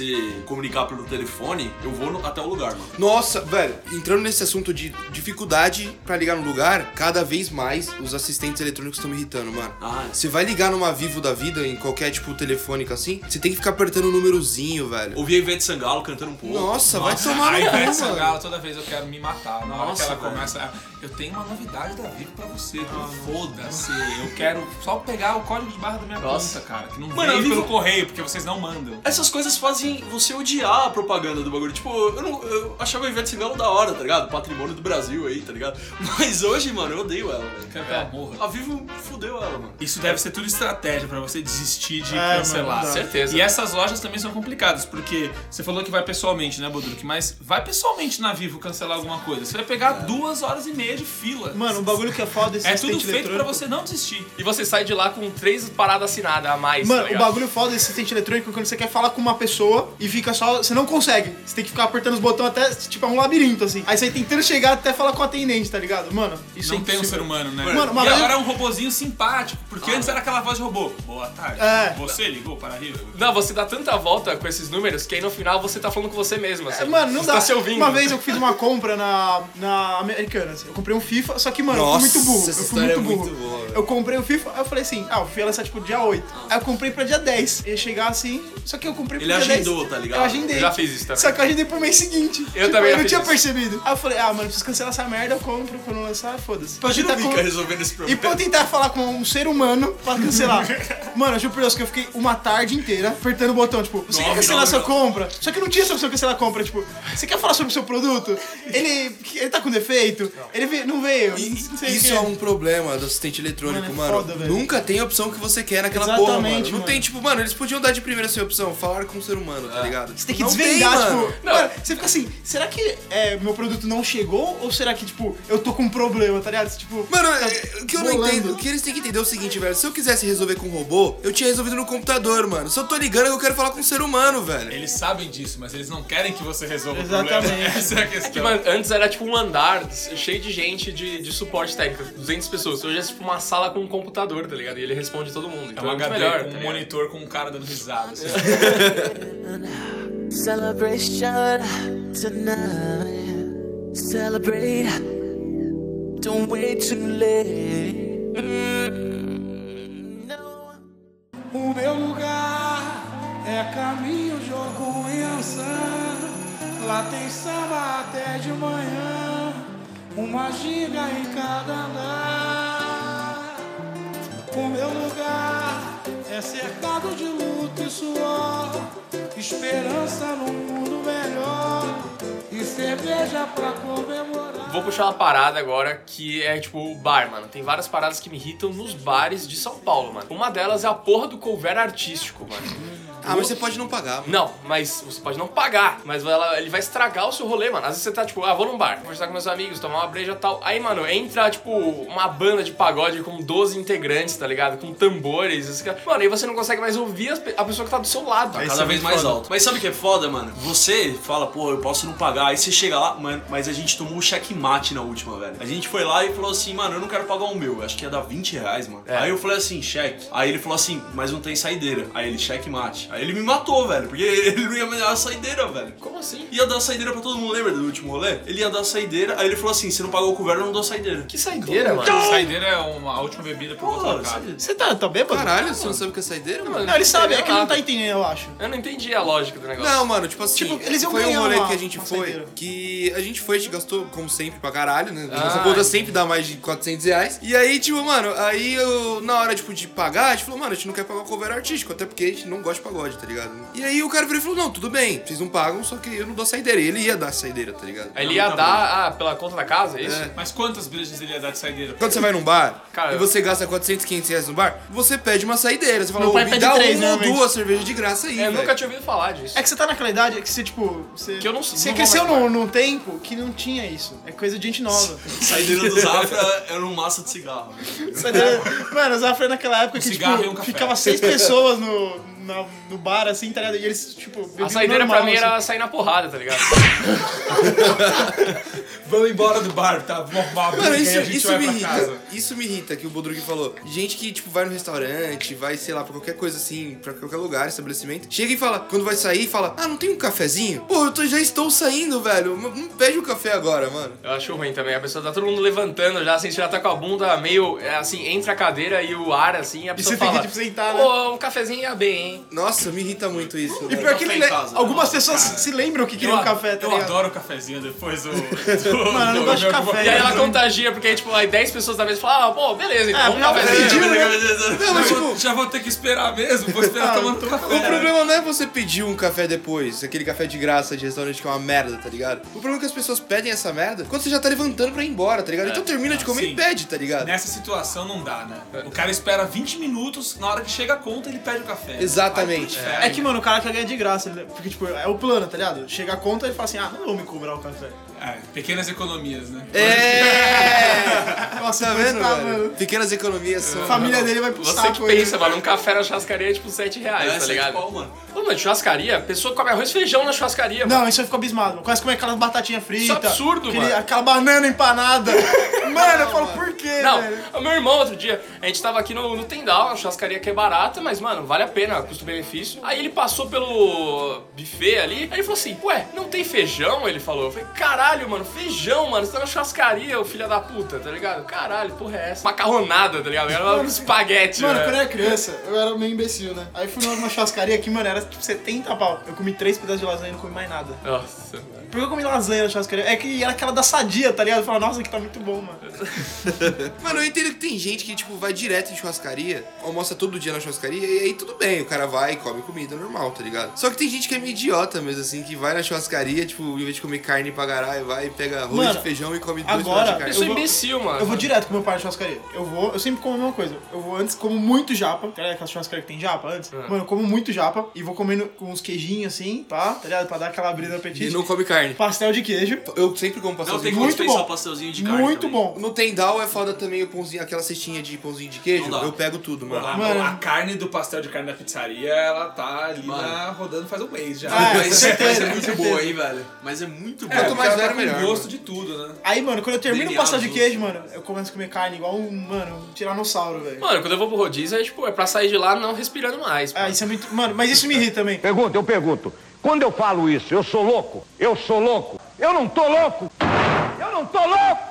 S2: comunicar pelo telefone, eu vou no- até o lugar, mano.
S1: Nossa, velho, entrando nesse assunto de dificuldade pra ligar no lugar, cada vez mais os assistentes eletrônicos estão me irritando, mano.
S2: Ah,
S1: Você vai ligar numa Vivo da vida, em qualquer tipo telefônica assim, você tem que ficar apertando o númerozinho, velho.
S2: ouvi a Ivete Sangalo cantando um pouco.
S1: Nossa, vai tomar
S4: Ai,
S1: no
S4: Ivete
S1: cu, mano.
S4: Sangalo, toda vez eu quero me matar. Na hora
S2: Nossa,
S4: que ela
S2: velho.
S4: começa, ela, eu tenho uma novidade da Vivo pra você. cara. Foda-se, eu quero só pegar o código de barra da minha
S3: Nossa.
S4: conta, cara. Que não
S2: Mano,
S4: veio
S2: a Vivo-
S4: pelo correio, porque vocês não mandam.
S2: Essas coisas fazem você odiar a propaganda do bagulho. Tipo, eu, não, eu achava a Ivete Sangalo da hora, tá ligado? Patrimônio do Brasil aí, tá ligado? Mas hoje, mano, eu odeio ela, velho.
S4: Quero que ela morra.
S2: A Vivo fudeu ela, mano.
S4: Isso deve ser tudo estratégia pra você desistir de
S5: É, mano,
S4: cancelar.
S5: não dá.
S3: Certeza.
S4: E essas lojas também são complicadas, porque você falou que vai pessoalmente, né, Bodruk? Mas vai pessoalmente na Vivo cancelar alguma coisa. Você vai pegar duas horas e meia de fila.
S5: É. Mano, o bagulho que é foda desse
S4: é tudo
S5: assistente
S4: feito pra
S5: eletrônico.
S4: você não desistir.
S3: E você sai de lá com três paradas assinadas a mais.
S5: Mano,
S3: tá
S5: o
S3: ligado?
S5: bagulho foda desse assistente eletrônico é quando você quer falar com uma pessoa e fica só. Você não consegue. Você tem que ficar apertando os botões até. Tipo, é um labirinto, assim. Aí você vai tentando chegar até falar com o atendente, tá ligado? Mano, isso é
S4: não tem um ser
S5: impossível.
S4: humano, né?
S5: Mano, uma
S4: e
S5: vez-
S4: agora é um robozinho simpático, porque
S3: Ah.
S4: antes era aquela voz de robô. Boa tarde.
S5: É.
S4: Você ligou para a Rivo?
S3: Não, você dá tanta volta com esses números que aí no final você tá falando com você mesmo, assim.
S5: É, Mano, não
S3: você
S5: dá.
S3: Tá se ouvindo.
S5: Uma vez eu fiz uma compra na, na Americanas. Eu comprei um FIFA, só que, mano, eu
S1: Nossa,
S5: fui muito burro.
S1: essa
S5: eu fui
S1: história
S5: muito
S1: é
S5: burro.
S1: muito boa, velho.
S5: eu comprei o FIFA, aí eu falei assim: ah, o FIFA ia lançar tipo dia 8. Aí eu comprei pra dia 10. Ia chegar assim, só que eu comprei pro
S2: Ele
S5: dia
S2: agendou,
S5: 10.
S2: tá ligado?
S5: Eu agendei.
S3: Eu já fiz isso também.
S5: Só que eu agendei pro mês seguinte. Eu
S3: também
S5: Eu
S3: já
S5: não
S3: fiz
S5: tinha
S3: isso.
S5: percebido. Aí eu falei: ah, mano, preciso cancelar essa merda, eu compro. Quando lançar, foda-se. Pra
S2: Imagina
S5: tentar
S2: o
S5: tá com-
S2: Vika resolvendo esse
S5: e
S2: problema.
S5: pra eu tentar falar com um ser humano pra cancelar. Mano, eu juro por Deus que eu fiquei uma tarde inteira apertando o botão, tipo, você quer
S4: Nove,
S5: cancelar
S4: nove,
S5: sua
S4: nove.
S5: compra? Só que não tinha essa opção cancelar a compra, tipo, você quer falar sobre o seu produto? Ele, ele tá com defeito? Ele veio- não veio? não sei o
S1: Isso
S5: quê.
S1: é um problema do assistente eletrônico,
S5: Mano, é
S1: mano.
S5: foda, velho.
S1: Nunca tem a opção que você quer naquela porra, mano.
S5: Exatamente,
S1: Não
S5: mano.
S1: tem, tipo, mano, eles podiam dar de primeira sem opção, falar com um ser humano, tá ligado?
S5: Você tem que
S1: Não
S5: desvendar,
S1: tem, mano.
S5: tipo. Mano. você fica assim, será que é, meu produto não chegou? Ou será que, tipo, eu tô com um problema, tá ligado? Tipo.
S1: Mano, é- o que eu não
S5: Bolando.
S1: entendo, o que eles têm que entender é o seguinte, velho. Se eu quisesse resolver com um robô, eu tinha resolvido no computador, mano. Se eu tô ligando, eu quero falar com um ser humano,
S5: É
S1: velho.
S4: Eles sabem disso, mas eles não querem que você resolva o problema.
S5: Exatamente.
S4: Essa é a
S3: Que,
S4: questão.
S3: mano, antes era tipo um andar cheio de gente de, de suporte técnico, 200 pessoas. Hoje é tipo uma sala com um computador, tá ligado? E ele responde todo mundo.
S4: é
S3: Então
S4: um
S3: é, muito
S4: HD
S3: melhor.
S4: com
S3: tá
S4: um
S3: ligado?
S4: monitor com um cara dando risada. assim.
S7: Celebration tonight. Celebrate. Don't wait too late. Mm, no.
S8: O meu lugar é caminho, jogo e ançã. Lá tem samba até de manhã, uma giga em cada andar. O meu lugar é cercado de luto e suor, esperança num mundo melhor e cerveja pra comemorar.
S3: Vou puxar uma parada agora que é tipo o bar, mano. Tem várias paradas que me irritam nos bares de São Paulo, mano. Uma delas é a porra do couvert artístico, mano.
S1: Ah, mas você pode não pagar. mano.
S3: Não, mas você pode não pagar, mas ela- ele vai estragar o seu rolê, mano. Às vezes você tá tipo, ah, vou num bar, conversar com meus amigos, tomar uma breja e tal. Aí, mano, entra tipo uma banda de pagode com 12 integrantes, tá ligado? Com tambores, esse cara. Mano, aí você não consegue mais ouvir as pe- a pessoa que tá do seu lado.
S2: Cada vez mais alto. Mas sabe o que é foda, mano? Você fala, pô, eu posso não pagar. Aí você chega lá, mano, mas a gente tomou o checkmate na última, velho. A gente foi lá e falou assim, mano, eu não quero pagar o meu. Acho que ia dar 20 reais, mano.
S4: É.
S2: Aí eu falei assim, cheque. Aí ele falou assim, mas não tem saideira. Aí ele, checkmate. Aí ele me matou, velho, porque ele não ia me dar a saideira, velho.
S3: Como assim?
S2: Ia dar saideira pra todo mundo, lembra do último rolê? Ele ia dar saideira, aí ele falou assim: se não pagou o couvert, eu não dou saideira.
S3: Que saideira, mano.
S4: Saideira é uma, a última bebida pro outro
S2: Porra,
S4: mercado.
S2: saideira.
S5: Você tá, tá bêbado?
S1: Caralho, você não sabe o que é saideira, mano?
S5: Não, ele sabe, é que ele não tá
S3: entendendo.
S5: entendendo, eu acho.
S3: Eu não entendi a lógica do negócio.
S1: Não, mano, tipo assim,
S5: Tipo, eles iam
S1: foi um
S5: ganhar
S1: rolê
S5: uma-
S1: que a gente
S5: uma
S1: foi,
S5: saideira.
S1: que a gente foi, a gente gastou, como sempre, pra caralho, né?
S3: Ah,
S1: Nossa conta sempre dá mais de 400 reais. E aí, tipo, mano, aí eu, na hora, tipo, de pagar, a gente falou, mano, a gente não quer pagar o cover artístico, até porque a gente não gosta de pagode, tá ligado? E aí o cara virou e falou, não, tudo bem, vocês não pagam, só que eu não dou saideira. E ele ia dar saideira, tá ligado?
S3: Aí ele ia dar ah, pela conta da casa, é isso?
S1: É.
S4: Mas quantas brejas ele ia dar de saideira?
S1: Quando você vai num bar
S3: Cara,
S1: e você gasta 400, 500 reais no bar, você pede uma saideira. Você fala,
S5: Meu
S1: ô,
S5: pai
S1: me
S5: pede
S1: dá
S5: três, É,
S1: uma ou
S5: normalmente.
S1: duas cervejas de graça aí,
S3: Eu
S1: velho.
S3: nunca tinha ouvido falar disso.
S5: É que você tá naquela idade, é que você, tipo. Você,
S3: Que eu não-
S5: Você
S3: não vou
S5: cresceu
S3: mais
S5: num, num tempo que não tinha isso. É coisa de gente nova.
S2: Saideira do Zafra era um massa de cigarro.
S5: Saideira- tá Mano, o Zafra naquela época que,
S4: cigarro e um
S5: tipo,
S4: café.
S5: ficava seis pessoas no, na- no bar, assim, tá ligado? E eles, tipo,
S3: A saideira
S5: normal,
S3: pra mim
S5: assim.
S3: era sair na porrada, tá ligado?
S4: Vamos embora do bar, tá? Vamos uma briga
S1: Cara,
S4: e
S1: isso,
S4: a gente
S1: isso
S4: vai
S1: me
S4: pra
S1: irrita.
S4: casa.
S1: Isso me irrita que o Bodrug falou. Gente que, tipo, vai no restaurante, vai, sei lá, pra qualquer coisa assim, pra qualquer lugar, estabelecimento. Chega e fala, quando vai sair, fala, ah, não tem um cafezinho? Pô, eu tô- já estou saindo, velho. Não não pede um café agora, mano.
S3: Eu acho ruim também. A pessoa tá todo mundo levantando já, assim, você já tá com a bunda meio, é, assim, entre a cadeira e o ar, assim, e a pessoa
S5: você tem que,
S3: fala...
S5: tipo, sentar, né?
S3: Pô, um cafezinho ia bem, hein?
S1: Nossa, me irrita muito isso.
S5: E
S1: velho.
S5: pior que ele,
S2: em
S5: le-
S2: casa, né?
S5: algumas pessoas se lembram que queriam
S4: Eu,
S5: um café, tá
S4: eu
S5: ligado?
S4: adoro o cafezinho depois do.
S5: Mano, eu não gosto de café.
S3: E aí ela contagia, porque, tipo, aí 10 pessoas da mesa falam, ah, pô, beleza, então,
S5: Ah,
S3: um
S5: já
S3: cafezinho.
S5: pediu.
S1: Não, mas, tipo,
S4: Já vou ter que esperar mesmo, vou esperar tomando
S1: o
S4: café.
S1: problema não é você pedir um café depois, aquele café de graça de restaurante que é uma merda, tá ligado? O problema é que as pessoas pedem essa merda quando você já tá levantando pra ir embora, tá ligado? Então termina de comer
S4: sim.
S1: e pede, tá ligado?
S4: Nessa situação não dá, né? O cara espera 20 minutos, na hora que chega a conta, ele pede o café.
S1: Exatamente.
S5: É que, mano, o cara quer ganhar de graça. ele- Porque, tipo, é o plano, tá ligado? Chega a conta, ele fala assim, ah, não vou me cobrar o café.
S4: É, pequenas economias, né?
S1: É! Nossa, tá
S5: depois
S1: vendo,
S5: tá,
S1: velho?
S5: mano.
S1: Pequenas economias são.
S5: A família dele vai pro
S3: Você
S5: saco
S3: que
S5: ele.
S3: pensa, mano, um café na churrascaria é, tipo, 7 reais, tá ligado? Pô, mano, churrascaria, a pessoa come arroz e feijão na churrascaria, mano.
S5: Não, isso eu fico abismado. mano. Quase comer aquelas batatinhas fritas.
S3: Isso é absurdo,
S5: aquele-
S3: mano.
S5: Aquela banana empanada. mano, eu falo, por quê,
S3: Não,
S5: velho?
S3: o meu irmão outro dia, a gente tava aqui no, no Tendal, a churrascaria que é barata, mas, mano, vale a pena, custo-benefício. Aí ele passou pelo buffet ali, aí ele falou assim, ué, não tem feijão? Ele falou. Eu falei, caralho, mano, feijão, mano, você tá na churrascaria, ô filha da puta, tá ligado? Caralho, porra é essa? Macarronada, tá ligado? Era um espaguete,
S5: Mano, quando eu
S3: né?
S5: era criança, eu era meio imbecil, né? Aí fui numa churrascaria que, mano, era tipo 70 pau. Eu comi três pedaços de lasanha e não comi mais nada.
S3: Nossa, mano.
S5: Por que eu comi lasanha na churrascaria? É que era aquela da sadia, tá ligado? Eu falava, nossa, que tá muito bom, mano.
S1: Mano, eu entendo que tem gente que, tipo, vai direto em churrascaria, almoça todo dia na churrascaria, e aí tudo bem, o cara vai e come comida normal, tá ligado? Só que tem gente que é meio idiota mesmo, assim, que vai na churrascaria, tipo, em vez de comer carne pra caralho, vai e pega arroz,
S5: Mano,
S1: feijão e come dois
S5: agora-
S1: pedaços de
S3: Pessoa
S5: Eu vou-
S3: é imbecil, mano.
S5: Eu vou direto com meu pai na churrascaria. Eu vou, eu sempre como a mesma coisa. Eu vou antes, como muito japa. Tá ligado aquela churrascaria que tem japa antes?
S3: Ah.
S5: Mano, eu como muito japa e vou comendo com uns queijinhos assim, pá, tá ligado? Pra dar aquela brisa no
S1: carne. E
S5: apetite.
S1: não come carne.
S5: Pastel de queijo.
S1: Eu sempre Então como
S2: Não, tem
S1: pastelzinho.
S2: que
S5: Muito
S2: dispensar
S5: bom.
S2: pastelzinho de carne.
S5: Muito
S2: também.
S5: bom.
S1: No tendal é foda também o pãozinho, aquela cestinha de pãozinho de queijo.
S2: Não dá.
S1: Eu pego tudo, mano.
S4: Ah,
S5: Mano.
S4: A carne do pastel de carne da pizzaria, ela tá ali na- rodando faz um mês já.
S5: Ah,
S2: Mas, mas é
S5: certeza,
S2: muito
S5: certeza.
S2: boa, hein, velho? Mas é muito boa.
S1: Quanto mais
S4: Ela tá
S1: velho,
S4: com
S1: melhor.
S4: gosto
S1: mano.
S4: de tudo, né?
S5: Aí, mano, quando eu termino o
S2: DNA
S5: pastel de
S2: dos
S5: queijo, mano, eu começo a comer carne igual um, mano, um tiranossauro, velho.
S3: Mano, quando eu vou pro rodízio, é tipo, é pra sair de lá não respirando mais.
S5: Ah, isso é muito. Mano, mas isso me irrita também.
S6: Pergunta, eu pergunto. Quando eu falo isso, eu sou louco? Eu sou louco? Eu não tô louco! Eu não tô louco!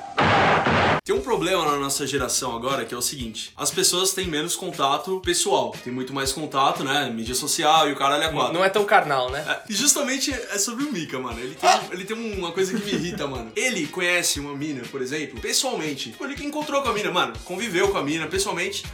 S2: Tem um problema na nossa geração agora que é o seguinte: as pessoas têm menos contato pessoal, tem muito mais contato, né? Mídia social e o caralho é quatro.
S3: Não é tão carnal, né?
S2: É, E justamente é sobre o Mika, mano. Ele tem, ele tem uma coisa que me irrita, mano. Ele conhece uma mina, por exemplo, pessoalmente. Tipo, Ele encontrou com a mina, mano. Conviveu com a mina pessoalmente.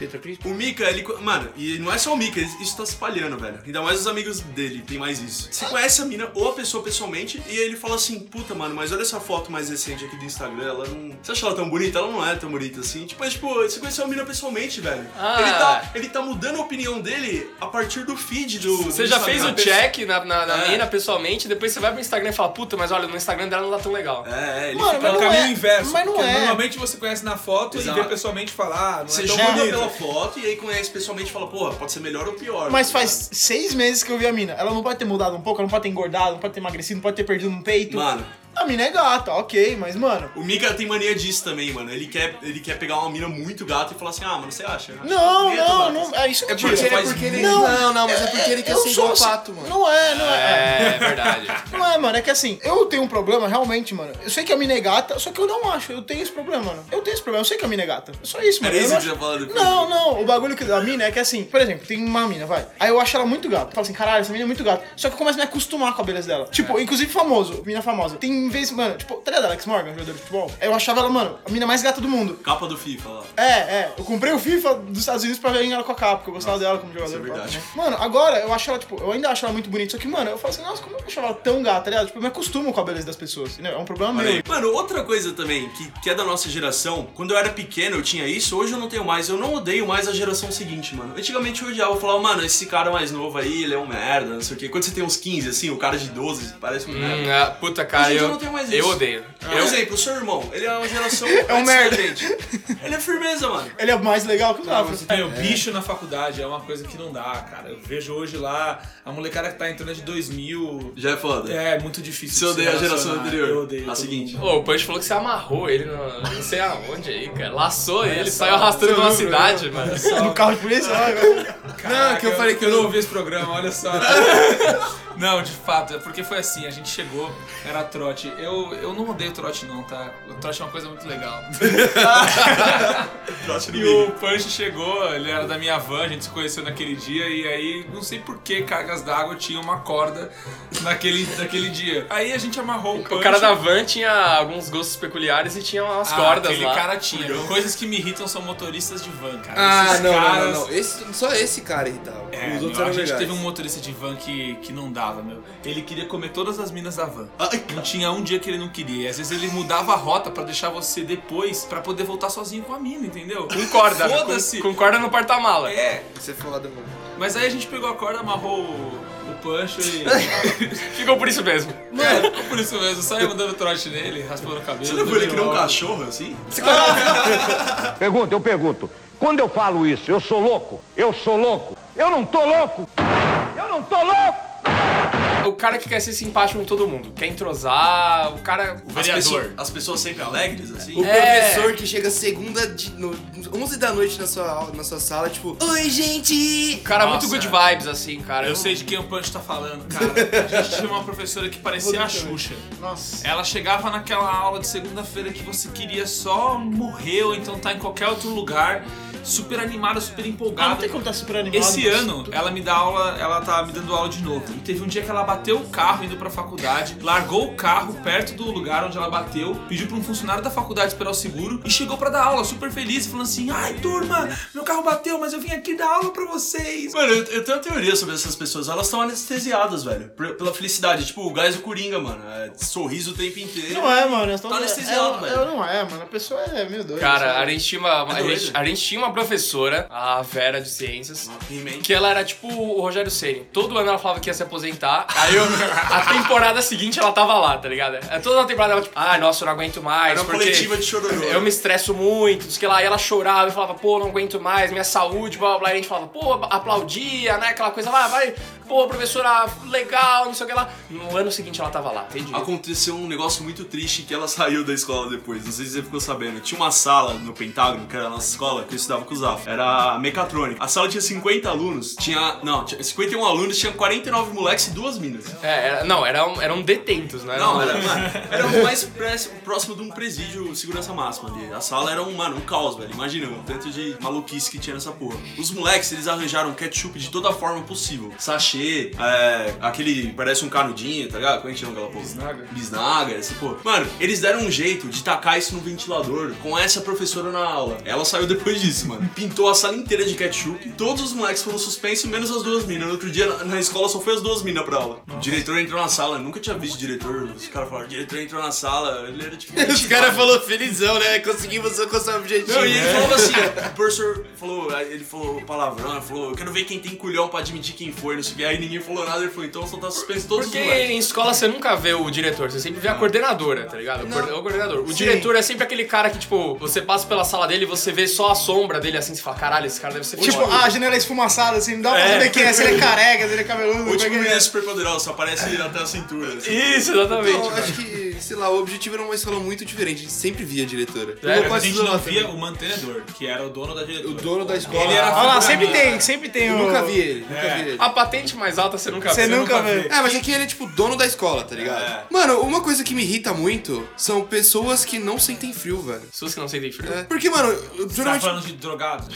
S2: O Mika, ele. co- Mano, e não é só o Mika, isso tá se espalhando, velho. Ainda mais os amigos dele, tem mais isso. Você conhece a mina ou a pessoa pessoalmente e ele fala assim: puta, mano, mas olha essa foto mais recente aqui do Instagram, ela não. Você acha ela tão bonita? Ela não é tão bonita assim. Tipo, é, tipo, você conheceu a mina pessoalmente, velho.
S3: Ah.
S2: Ele, tá, ele tá mudando a opinião dele a partir do feed do.
S3: Você
S2: do
S3: já fez o
S2: Instagram.
S3: check na, na, na
S2: É.
S3: mina pessoalmente, depois você vai pro Instagram e fala, puta, mas olha, no Instagram dela não tá tão legal.
S2: É, é, ele
S5: Mano,
S2: fica
S4: É o
S5: Mas não
S4: caminho
S5: é,
S4: inverso.
S5: mas não
S4: porque
S5: é.
S4: Normalmente você conhece na foto e
S2: Exato.
S4: vê pessoalmente falar, não
S2: Você
S4: é tão
S2: julga
S4: bonito.
S2: então pela foto e aí conhece pessoalmente e fala, porra, pode ser melhor ou pior. tá
S5: Mas faz seis meses que eu vi a mina. Ela não pode ter mudado um pouco, ela não pode ter engordado, não pode ter emagrecido, não pode ter perdido um peito.
S2: Mano,
S5: A mina é gata, ok, mas mano.
S2: o Mika tem mania disso também, mano. Ele quer, ele quer pegar uma mina muito gata e falar assim, ah, mano, você acha?
S5: Não,
S2: Bonito,
S5: não,
S2: mano.
S5: não. É isso que
S1: É porque,
S5: tira.
S1: é
S4: faz
S1: porque ele.
S5: muito-
S1: Não, não, mas é porque ele quer
S5: Eu
S1: ser
S5: sou
S1: igual o
S5: assim-
S1: pato, mano.
S5: Não é, não é.
S3: É, verdade.
S5: Não é, mano, é que assim, eu tenho um problema realmente, mano. Eu sei que a mina é gata, só que eu não acho. Eu tenho esse problema, mano. Eu tenho esse problema, eu sei que a mina é gata. É só isso, mano.
S2: Era
S5: eu
S2: isso
S5: não acho-
S2: que você ia falar depois.
S5: Não, não. O bagulho que da mina é que assim, por exemplo, tem uma mina, vai. Aí eu acho ela muito gata. Eu Falo assim, caralho, essa mina é muito gata. Só que eu começo a me acostumar com a beleza dela. Tipo,
S2: É.
S5: inclusive famoso, mina famosa. Tem vez, mano, tipo, tá ligado, Alex Morgan, jogador de futebol? Eu achava ela, mano, a mina mais gata do mundo.
S2: Capa do FIFA lá.
S5: É, é. Eu comprei o FIFA dos Estados Unidos pra ver ela com a capa, porque eu gostava dela como jogadora.
S2: isso é verdade.
S5: Né? Mano, agora eu acho ela, tipo, eu ainda acho ela muito bonita, só que, mano, eu falo assim, nossa, como eu achava ela tão gata, tá ligado? Tipo, eu me acostumo com a beleza das pessoas, entendeu? É um problema
S2: Olha
S5: meu.
S2: aí. Mano, outra coisa também que, que é da nossa geração, quando eu era pequeno eu tinha isso, hoje eu não tenho mais. Eu não odeio mais a geração seguinte, mano. Antigamente eu odiava, eu falava, mano, esse cara mais novo aí, ele é um merda, não sei o quê. Quando você tem uns 15, assim, o cara de 12 parece um merda.
S3: Hum, ah, puta, cara,
S2: Hoje em dia
S3: eu,
S2: não tem mais
S3: eu
S2: isso.
S3: odeio.
S2: Por
S3: Eu,
S2: exemplo, o seu irmão, ele é uma geração. é um merda. Ele é firmeza, mano.
S5: Ele é mais legal que os É,
S4: Ah,
S5: afros.
S4: você
S2: É.
S4: tem o bicho na faculdade, é uma coisa que não dá, cara. Eu vejo hoje lá, a molecada que tá entrando de 2000.
S2: Já é foda.
S4: É muito difícil.
S2: Você
S4: de se
S2: odeia a geração
S4: relacionar.
S2: anterior?
S4: Eu odeio.
S2: A
S4: todo
S2: seguinte.
S4: mundo.
S3: Ô, o Punch falou que você amarrou ele no, não sei aonde aí, cara. Laçou ele, saiu
S5: seu
S3: arrastando pela
S5: número,
S3: cidade, mano.
S5: No é carro de polícia, lá, velho.
S4: Caraca,
S1: Não, que eu falei que
S4: eu
S1: eu
S4: não
S1: não-
S4: ouvi esse programa, olha só. não, de fato, é porque foi assim, a gente chegou, era trote. Eu, eu não odeio trote não, tá? O trote é uma coisa muito legal. E o Punch chegou, ele era da minha van, a gente se conheceu naquele dia, e aí, não sei por que cargas d'água tinha uma corda naquele, naquele dia. Aí a gente amarrou o Punch.
S3: O cara da van tinha alguns gostos peculiares e tinha umas
S4: Ah,
S3: cordas
S4: aquele
S3: lá.
S4: cara tinha. Coisas que me irritam são motoristas de van, cara.
S1: Ah,
S4: Esses
S1: não,
S4: caras...
S1: não, não, não. Esse, só esse cara irritava.
S4: É,
S1: Os outros
S4: meu, a
S1: eram
S4: gente
S1: legais.
S4: teve um motorista de van que, que não dava, meu. Ele queria comer todas as minas da van. Não tinha um dia que ele não queria. E às vezes ele mudava a rota pra deixar você depois, pra poder voltar sozinho com a mina, entendeu?
S3: Com corda.
S4: é Foda-se.
S3: Com, com corda no porta-mala.
S4: É,
S1: Isso é foda, mano.
S4: mas aí a gente pegou a corda, amarrou o, o pancho e...
S3: Ficou por isso mesmo.
S4: Mano, ficou por isso mesmo. Saiu mandando trote nele, raspando o cabelo.
S2: Você não viu ele
S4: dormiu
S2: criar um
S4: logo.
S2: cachorro assim?
S6: Pergunta, eu pergunto. Quando eu falo isso, eu sou louco? Eu sou louco? Eu não tô louco! Eu não tô louco!
S3: O cara que quer ser simpático com todo mundo. Quer entrosar, o cara...
S2: As pessoas, as pessoas sempre alegres, assim?
S1: O
S3: É.
S1: professor que chega segunda, de, no, 11 da noite na sua, aula- na sua sala, tipo, Oi, gente!
S3: O cara
S4: Nossa,
S3: muito good
S4: é.
S3: vibes, assim, cara.
S4: Eu sei de quem o Punch tá falando, cara. A gente tinha uma professora que parecia a Xuxa.
S5: Nossa.
S4: Ela chegava naquela aula de segunda-feira que você queria só morrer ou então tá em qualquer outro lugar, super animada, super
S5: Ah, não
S4: empolgada.
S5: tem como tá super animado.
S4: Esse ano, ela me dá aula, ela tá me dando aula de novo. E teve um dia que ela bateu o carro indo pra faculdade, largou o carro perto do lugar onde ela bateu, pediu pra um funcionário da faculdade esperar o seguro e chegou pra dar aula, super feliz, falando assim: ai turma, meu carro bateu, mas eu vim aqui dar aula pra vocês.
S2: Mano, eu, eu tenho uma teoria sobre essas pessoas. Elas estão anestesiadas, velho. por- pela felicidade. Tipo, o gás do Coringa, mano. É, sorriso o tempo inteiro.
S5: Não é, mano. nós tamo-
S2: Tá anestesiado,
S5: é,
S2: velho.
S5: eu não é, mano. A pessoa é meio doida.
S3: Cara,
S5: sabe?
S3: a gente tinha uma, a
S2: doido.
S3: gente, a gente tinha uma professora, a Vera de Ciências,
S2: He-Man.
S3: que ela era tipo o Rogério Ceni. Todo ano ela falava que ia se aposentar. Aí eu- a temporada seguinte ela tava lá, tá ligado? É, Toda a temporada ela tipo, ah, nossa, eu não aguento mais.
S2: Era uma
S3: porque
S2: coletiva de chororô.
S3: Eu me estresso muito, diz que lá, e ela chorava e falava, pô, não aguento mais, minha saúde, blá blá blá. E a gente falava, pô, aplaudia, né? Aquela coisa lá, vai, pô, professora, legal, não sei o que lá. No ano seguinte ela tava lá, entendi.
S2: Aconteceu um negócio muito triste que ela saiu da escola depois. Não sei se você ficou sabendo. Tinha uma sala no Pentágono, que era a nossa escola, que eu estudava estudava com o Zaf. Era mecatrônica. A sala tinha 50 alunos, tinha. Não, tinha 51 alunos, tinha 49 moleques e duas minas.
S3: É, era- não, eram, eram detentos, né?
S2: Não, era, mano, era o mais press- próximo de um presídio de segurança máxima ali. A sala era um, mano, um caos, velho. Imagina o tanto de maluquice que tinha nessa porra. Os moleques, eles arranjaram ketchup de toda forma possível. Sachê, é, aquele, parece um canudinho, tá ligado? Como é que chama aquela porra? Bisnaga. Bisnaga, essa porra. Mano, eles deram um jeito de tacar isso no ventilador com essa professora na aula. Ela saiu depois disso, mano. Pintou a sala inteira de ketchup. Todos os moleques foram suspensos, menos as duas minas. No outro dia, na- na escola, só foi as duas minas pra aula. O diretor entrou na sala. Eu nunca tinha visto diretor. Os caras falaram, o diretor entrou na sala. Ele era tipo...
S1: Os caras falaram felizão, né? Conseguimos alcançar o objetivo.
S2: Não, e ele falava assim, o professor falou, ele falou palavrão, ele falou, eu quero ver quem tem culhão pra admitir quem foi, não sei o que. Aí ninguém falou nada, ele falou, então só tá suspenso todos
S3: Porque
S2: os moleques.
S3: em escola você nunca vê o diretor, você sempre vê a coordenadora, tá ligado? O, coorden- o coordenador. O diretor é sempre aquele cara que, tipo, você passa pela sala dele e você vê só a sombra dele assim, você fala, caralho, esse cara deve ser
S5: Tipo,
S3: foda."
S5: ah, a janela esfumaçada, assim, não dá pra
S3: É.
S5: saber quem é, se ele é careca, se ele é cabeludo,
S2: O
S5: como é
S2: último
S5: que ele
S2: menino
S5: é.
S2: superpoderoso, só aparece até a cintura. assim.
S3: Isso, exatamente.
S1: Então,
S3: cara.
S1: acho que, sei lá, o objetivo era uma escola muito diferente. A gente sempre via a diretora.
S3: É,
S1: Eu
S4: A
S1: quase
S4: gente
S1: zoava
S4: não via
S1: também.
S4: o mantenedor, que era o dono da diretora.
S1: o dono da escola.
S4: Ele era-
S5: Olha lá,
S4: Pra
S5: sempre
S4: mim,
S5: tem, sempre tem
S1: Eu
S5: o...
S1: nunca vi ele, nunca vi ele.
S3: A patente mais alta você nunca
S5: Você
S3: vê.
S5: nunca vê.
S1: É, mas aqui ele é tipo dono da escola, tá ligado?
S2: É.
S1: Mano, uma coisa que me irrita muito são pessoas que não sentem frio, velho.
S3: Pessoas que não sentem frio.
S1: É, Porque, mano, eu,
S4: Você tá
S1: geralmente.
S4: falando de drogado?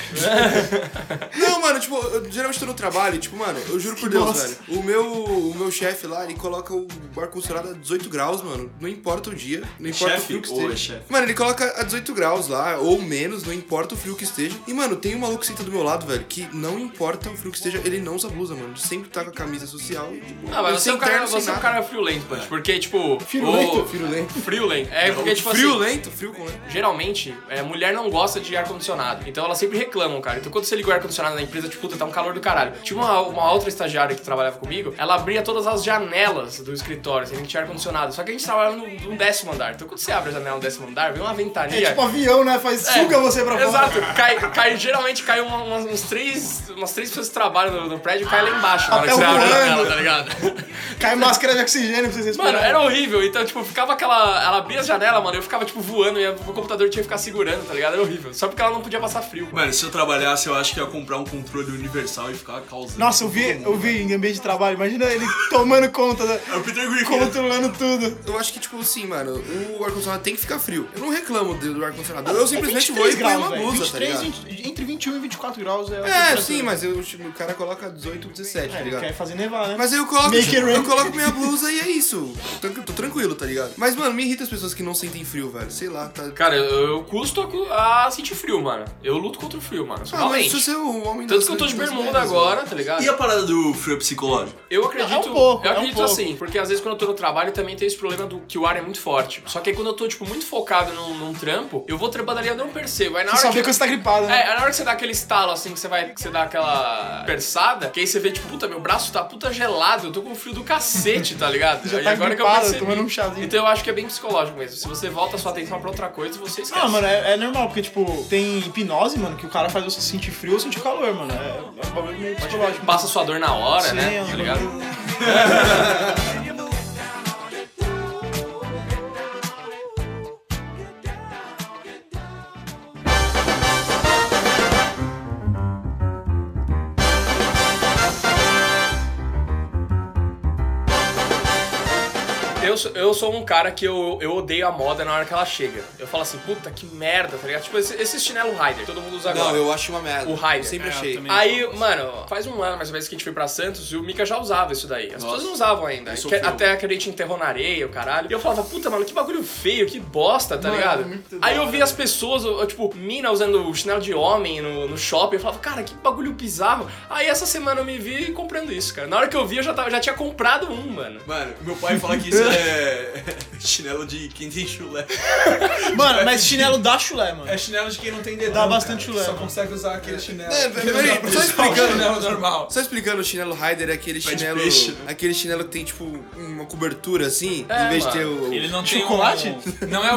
S1: Não, mano, tipo, eu geralmente tô no trabalho, e, tipo, mano, eu juro por Deus, velho. O meu, o meu chefe lá, ele coloca o ar-condicionado a 18 graus, mano. Não importa o dia, não importa o
S2: Chefe
S1: frio que
S2: ou
S1: esteja.
S2: é chefe?
S1: Mano, ele coloca a 18 graus lá, ou menos, não importa o frio que esteja. E, mano, tem um maluco que senta do meu lado, velho, que não importa o frio que esteja, ele não usa blusa, mano. Ele sempre tá com a camisa social e, tipo,
S3: Ah, mas você é um cara,
S1: interno, sem
S3: você é um
S1: nada.
S3: cara friolento, mano. Porque, tipo.
S1: Friolento?
S3: o-
S1: Friolento.
S3: Friolento. É, porque, tipo
S1: frio
S3: assim.
S1: lento, frio com lento.
S3: Geralmente, é, mulher não gosta de ar-condicionado. Então elas sempre reclamam, cara. Então quando você liga o ar-condicionado na empresa, tipo, puta, tá um calor do caralho. Tinha uma, uma outra estagiária que trabalhava comigo, ela abria todas as janelas do escritório, assim, que tinha ar-condicionado. Só que a gente trabalhava no, no décimo andar. Então quando você abre a janela no décimo andar, vem uma
S5: É
S3: ventania.
S5: tipo avião, né? Faz,
S3: É,
S5: suga você pra fora.
S3: Exato. Cai, cai- geralmente cai uma- umas, uns três, umas três pessoas que trabalham no, no prédio cai lá embaixo na hora que você
S5: Papel
S3: abre a
S5: voando.
S3: janela, tá ligado?
S5: Cai máscara de oxigênio pra vocês respirar.
S3: Mano, era horrível. Então, tipo, ficava aquela. Ela abria a janela, mano, eu ficava, tipo, voando e o computador tinha que ficar segurando, tá ligado? Era horrível. Só porque ela não podia passar frio.
S2: Mano, se eu trabalhasse, eu acho que ia comprar um controle universal e ficar causando.
S5: Nossa, eu vi, eu vi em ambiente de trabalho, imagina ele tomando conta, da-
S2: É o Peter Griffin. né?
S5: controlando tudo.
S1: Eu acho que, tipo assim, mano, o ar-condicionado tem que ficar frio. Eu não reclamo do do ar-condicionado.
S5: Ah, é
S1: Eu simplesmente vou e ponho uma blusa, tá ligado?
S5: entre 21 e 24 graus é
S1: É, sim, mas eu, tipo, o cara coloca 18, 17,
S3: É,
S1: tá ligado?
S5: Quer fazer nevar, né?
S1: Mas aí eu coloco,
S5: Make it rain.
S1: eu coloco minha blusa e é isso. Tô, tô tranquilo, tá ligado? Mas, mano, me irrita as pessoas que não sentem frio, velho. Sei lá, tá.
S3: Cara, eu, eu custo a cu- a, sentir frio, mano. Eu luto contra o frio, mano.
S1: Ah, mas se
S3: Somente.
S1: você é um homem
S3: Tanto
S1: das-
S3: que eu tô de
S1: das
S3: bermuda
S1: mulheres,
S3: agora, tá ligado?
S2: E é- a parada do frio psicológico?
S3: Eu acredito.
S5: É um pouco,
S3: eu
S5: é um
S3: acredito
S5: pouco.
S3: assim, porque às vezes quando eu tô no trabalho também tem esse problema do que o ar é muito forte. Só que aí quando eu tô, tipo, muito focado num, num trampo, eu vou trabalhar e eu não percebo. Aí na
S5: Você só
S3: hora
S5: vê
S3: que.
S5: quando você tá gripado, né?
S3: É, na hora que você dá aquele estalo assim, que você vai, que você dá aquela persada, que aí você vê, tipo, puta, meu braço tá puta gelado, eu tô com frio do cacete, tá ligado?
S5: Já
S3: Aí
S5: tá
S3: agora que eu
S5: gripado,
S3: percebi.
S5: tomando um chazinho.
S3: Então eu acho que é bem psicológico mesmo. Se você volta a sua atenção pra outra coisa, você esquece.
S5: Ah, mano, é, é normal, porque, tipo, tem hipnose, mano, que o cara faz você sentir frio ou sentir calor, mano. É, é um bagulho meio psicológico.
S3: Passa sua dor na hora,
S5: Sim,
S3: né?
S5: é um
S3: Tá ligado? Eu sou, eu sou um cara que eu, eu odeio a moda na hora que ela chega. Eu falo assim, puta que merda, tá ligado? Tipo, esse, esse chinelo Rider, todo mundo usa agora.
S1: Não, eu acho uma merda.
S3: O Raider.
S1: Eu sempre
S3: É,
S1: achei.
S4: também.
S3: Aí, mano, faz um ano mais ou menos que a gente foi pra Santos e o Mika já usava isso daí. As pessoas não usavam ainda.
S2: sou
S3: Que- é
S2: feio.
S3: até a crente enterrou na areia, o caralho. E eu falava, puta, mano, que bagulho feio, que bosta, tá ligado? Aí eu vi as pessoas, eu- eu, tipo, mina usando o chinelo de homem no, no shopping. Eu falava, cara, que bagulho bizarro. Aí essa semana eu me vi comprando isso, cara. Na hora que eu vi, eu já, tava, já tinha comprado um, mano.
S2: Mano, meu pai fala que isso é chinelo de quem tem chulé.
S5: Mano, mas chinelo dá chulé, mano.
S4: É chinelo de quem não tem dedão.
S5: Dá bastante
S4: cara,
S5: chulé,
S4: Só
S5: mano.
S4: consegue usar aquele chinelo.
S1: É, peraí, Né, só explicando.
S4: chinelo normal.
S1: Só explicando, o chinelo Rider é aquele
S2: Pé de
S1: chinelo.
S2: peixe, né?
S1: Aquele chinelo que tem, tipo, uma cobertura assim,
S3: É,
S1: em vez
S3: mano.
S1: de ter o.
S4: Ele não
S5: Chocolate?
S4: tem um... Não é o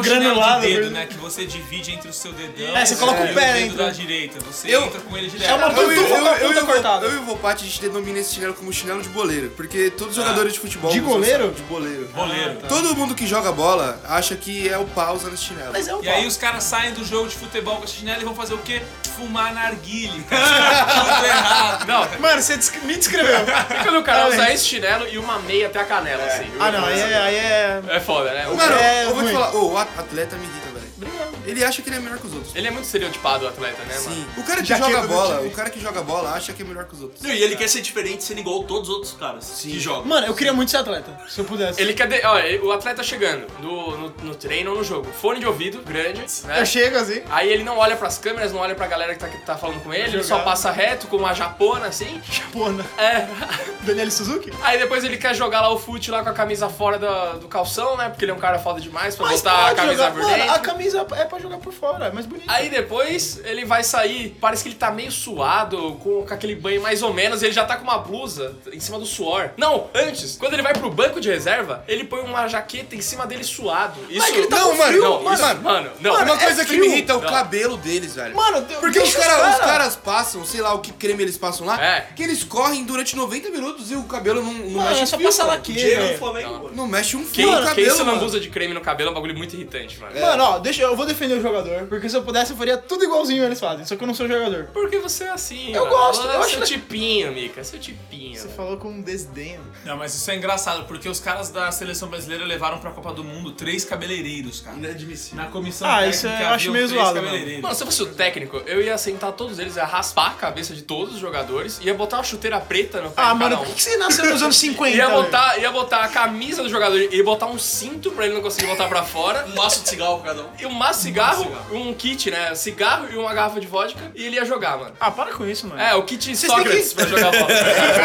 S4: chinelo
S5: Granulado,
S4: de dedo,
S5: né?
S4: né? Que você divide entre o seu dedão
S5: É, você coloca o
S4: e
S5: pé
S4: dedo
S5: dentro.
S4: da direita. Você
S1: Eu-
S4: entra com ele direto.
S5: É uma
S1: Eu, eu, eu,
S5: pantufa com a
S1: eu,
S5: ponta
S1: eu,
S5: cortada.
S1: eu e o Volpati, a gente denomina esse chinelo como chinelo de boleiro. Porque todos os
S3: Ah.
S1: jogadores de futebol.
S5: De
S1: usam
S5: goleiro?
S1: essa- De boleiro.
S4: Boleiro.
S1: É. Todo mundo que joga bola acha que é o pau usando esse chinelo.
S5: Mas é um
S4: E aí
S5: pau.
S4: os caras saem do jogo de futebol com esse chinelo e vão fazer o quê? Fumar narguile. cara. Tudo errado.
S3: Não,
S5: Mano, você desc- me descreveu.
S3: é quando o cara
S5: Parabéns.
S3: usa esse chinelo e uma meia até a canela, assim.
S5: ah, não, aí é. Aí é...
S3: É foda, né? O
S1: Mano,
S5: É
S1: eu vou te
S5: ruim.
S1: falar, ô, o at- atleta me irrita, velho. Ele acha que ele é melhor que os outros.
S3: Ele é muito estereotipado, o atleta,
S5: é,
S3: né, mano?
S1: Sim. O cara que
S5: Jaqueta
S1: joga
S5: do
S1: bola,
S5: time.
S1: o cara que joga bola acha que é melhor que os outros.
S2: Não, e ele quer ser diferente, sendo igual todos os outros caras que jogam.
S5: Mano, eu queria muito ser atleta, se eu pudesse.
S3: Ele quer. De... Olha, o atleta tá chegando no, no, no treino ou no jogo. Fone de ouvido, grande, né?
S5: Eu chego assim.
S3: Aí ele não olha pras câmeras, não olha pra galera que tá, que tá falando com ele, ele só
S5: Jogado.
S3: passa reto com uma japona assim.
S5: Japona.
S3: É.
S5: Daniel tipo, Suzuki?
S3: Aí depois ele quer jogar lá o fute lá com a camisa fora da- do, calção, né? Porque ele é um cara foda demais pra botar a
S5: pode
S3: camisa
S5: jogar-
S3: por
S5: Mano,
S3: dentro.
S5: a camisa é pra jogar por fora, é mais bonito.
S3: Aí depois ele vai sair, parece que ele tá meio suado, com, com aquele banho mais ou menos, ele já tá com uma blusa em cima do suor. Não, antes, quando ele vai pro banco de reserva, ele põe uma jaqueta em cima dele suado. Isso
S5: que ele tá
S1: Não,
S5: com
S1: mano,
S5: frio,
S3: não, isso-
S1: mano.
S3: mano, não.
S1: Uma
S5: é
S1: coisa que
S5: frio.
S1: me irrita é o
S3: Não.
S1: cabelo deles, velho.
S5: Mano, Deus,
S1: Porque os,
S5: deixa os
S1: cara- os
S5: cara.
S1: caras passam, sei lá o que creme eles passam lá,
S3: É.
S1: que eles correm durante 90 minutos e o cabelo não, não
S5: Mano,
S1: mexe
S5: é
S1: um
S5: só
S1: fio,
S5: passar
S1: cara.
S5: laque.
S2: Diego
S5: velho.
S2: do Flamengo, mano.
S1: Não mexe um fio
S3: Quem,
S1: no
S3: quem
S1: cabelo,
S3: se não
S1: mano.
S3: usa de creme no cabelo é um bagulho muito irritante, mano.
S5: Mano, ó, deixa eu vou defender o jogador, porque se eu pudesse eu faria tudo igualzinho eles fazem, só que eu não sou jogador.
S3: Por que você é assim?
S5: Eu
S3: mano?
S5: gosto, eu
S3: seu
S5: acho-
S3: tipinho, Mica, seu tipinho.
S5: Você falou com um desdenho.
S4: Não, mas isso é engraçado, porque os caras da seleção brasileira levaram pra Copa do Mundo três cabeleireiros, cara.
S2: Inadmissível.
S4: Na comissão
S5: Ah,
S4: técnica
S5: isso eu
S4: haviam
S5: acho meio
S4: três
S5: zoado,
S4: cabeleireiros.
S3: Mano, se eu fosse o técnico, eu ia sentar todos eles, ia raspar a cabeça de todos os jogadores, ia botar uma chuteira preta no pé
S5: Ah,
S3: de
S5: mano,
S3: cada
S5: por
S3: um.
S5: que que você nasceu nos anos 50?
S3: Ia
S5: velho?
S3: botar, ia botar a camisa do jogador e botar um cinto pra ele não conseguir botar pra fora.
S2: Um maço de cigarro pra cada um.
S3: E um maço de cigarro,
S2: cigarro.
S3: um kit, né? Cigarro e uma garrafa de vodka. E ele ia jogar, mano.
S5: Ah, para com isso, mano.
S3: É, o kit
S5: têm
S3: Sócrates
S5: que-
S3: pra jogar bola.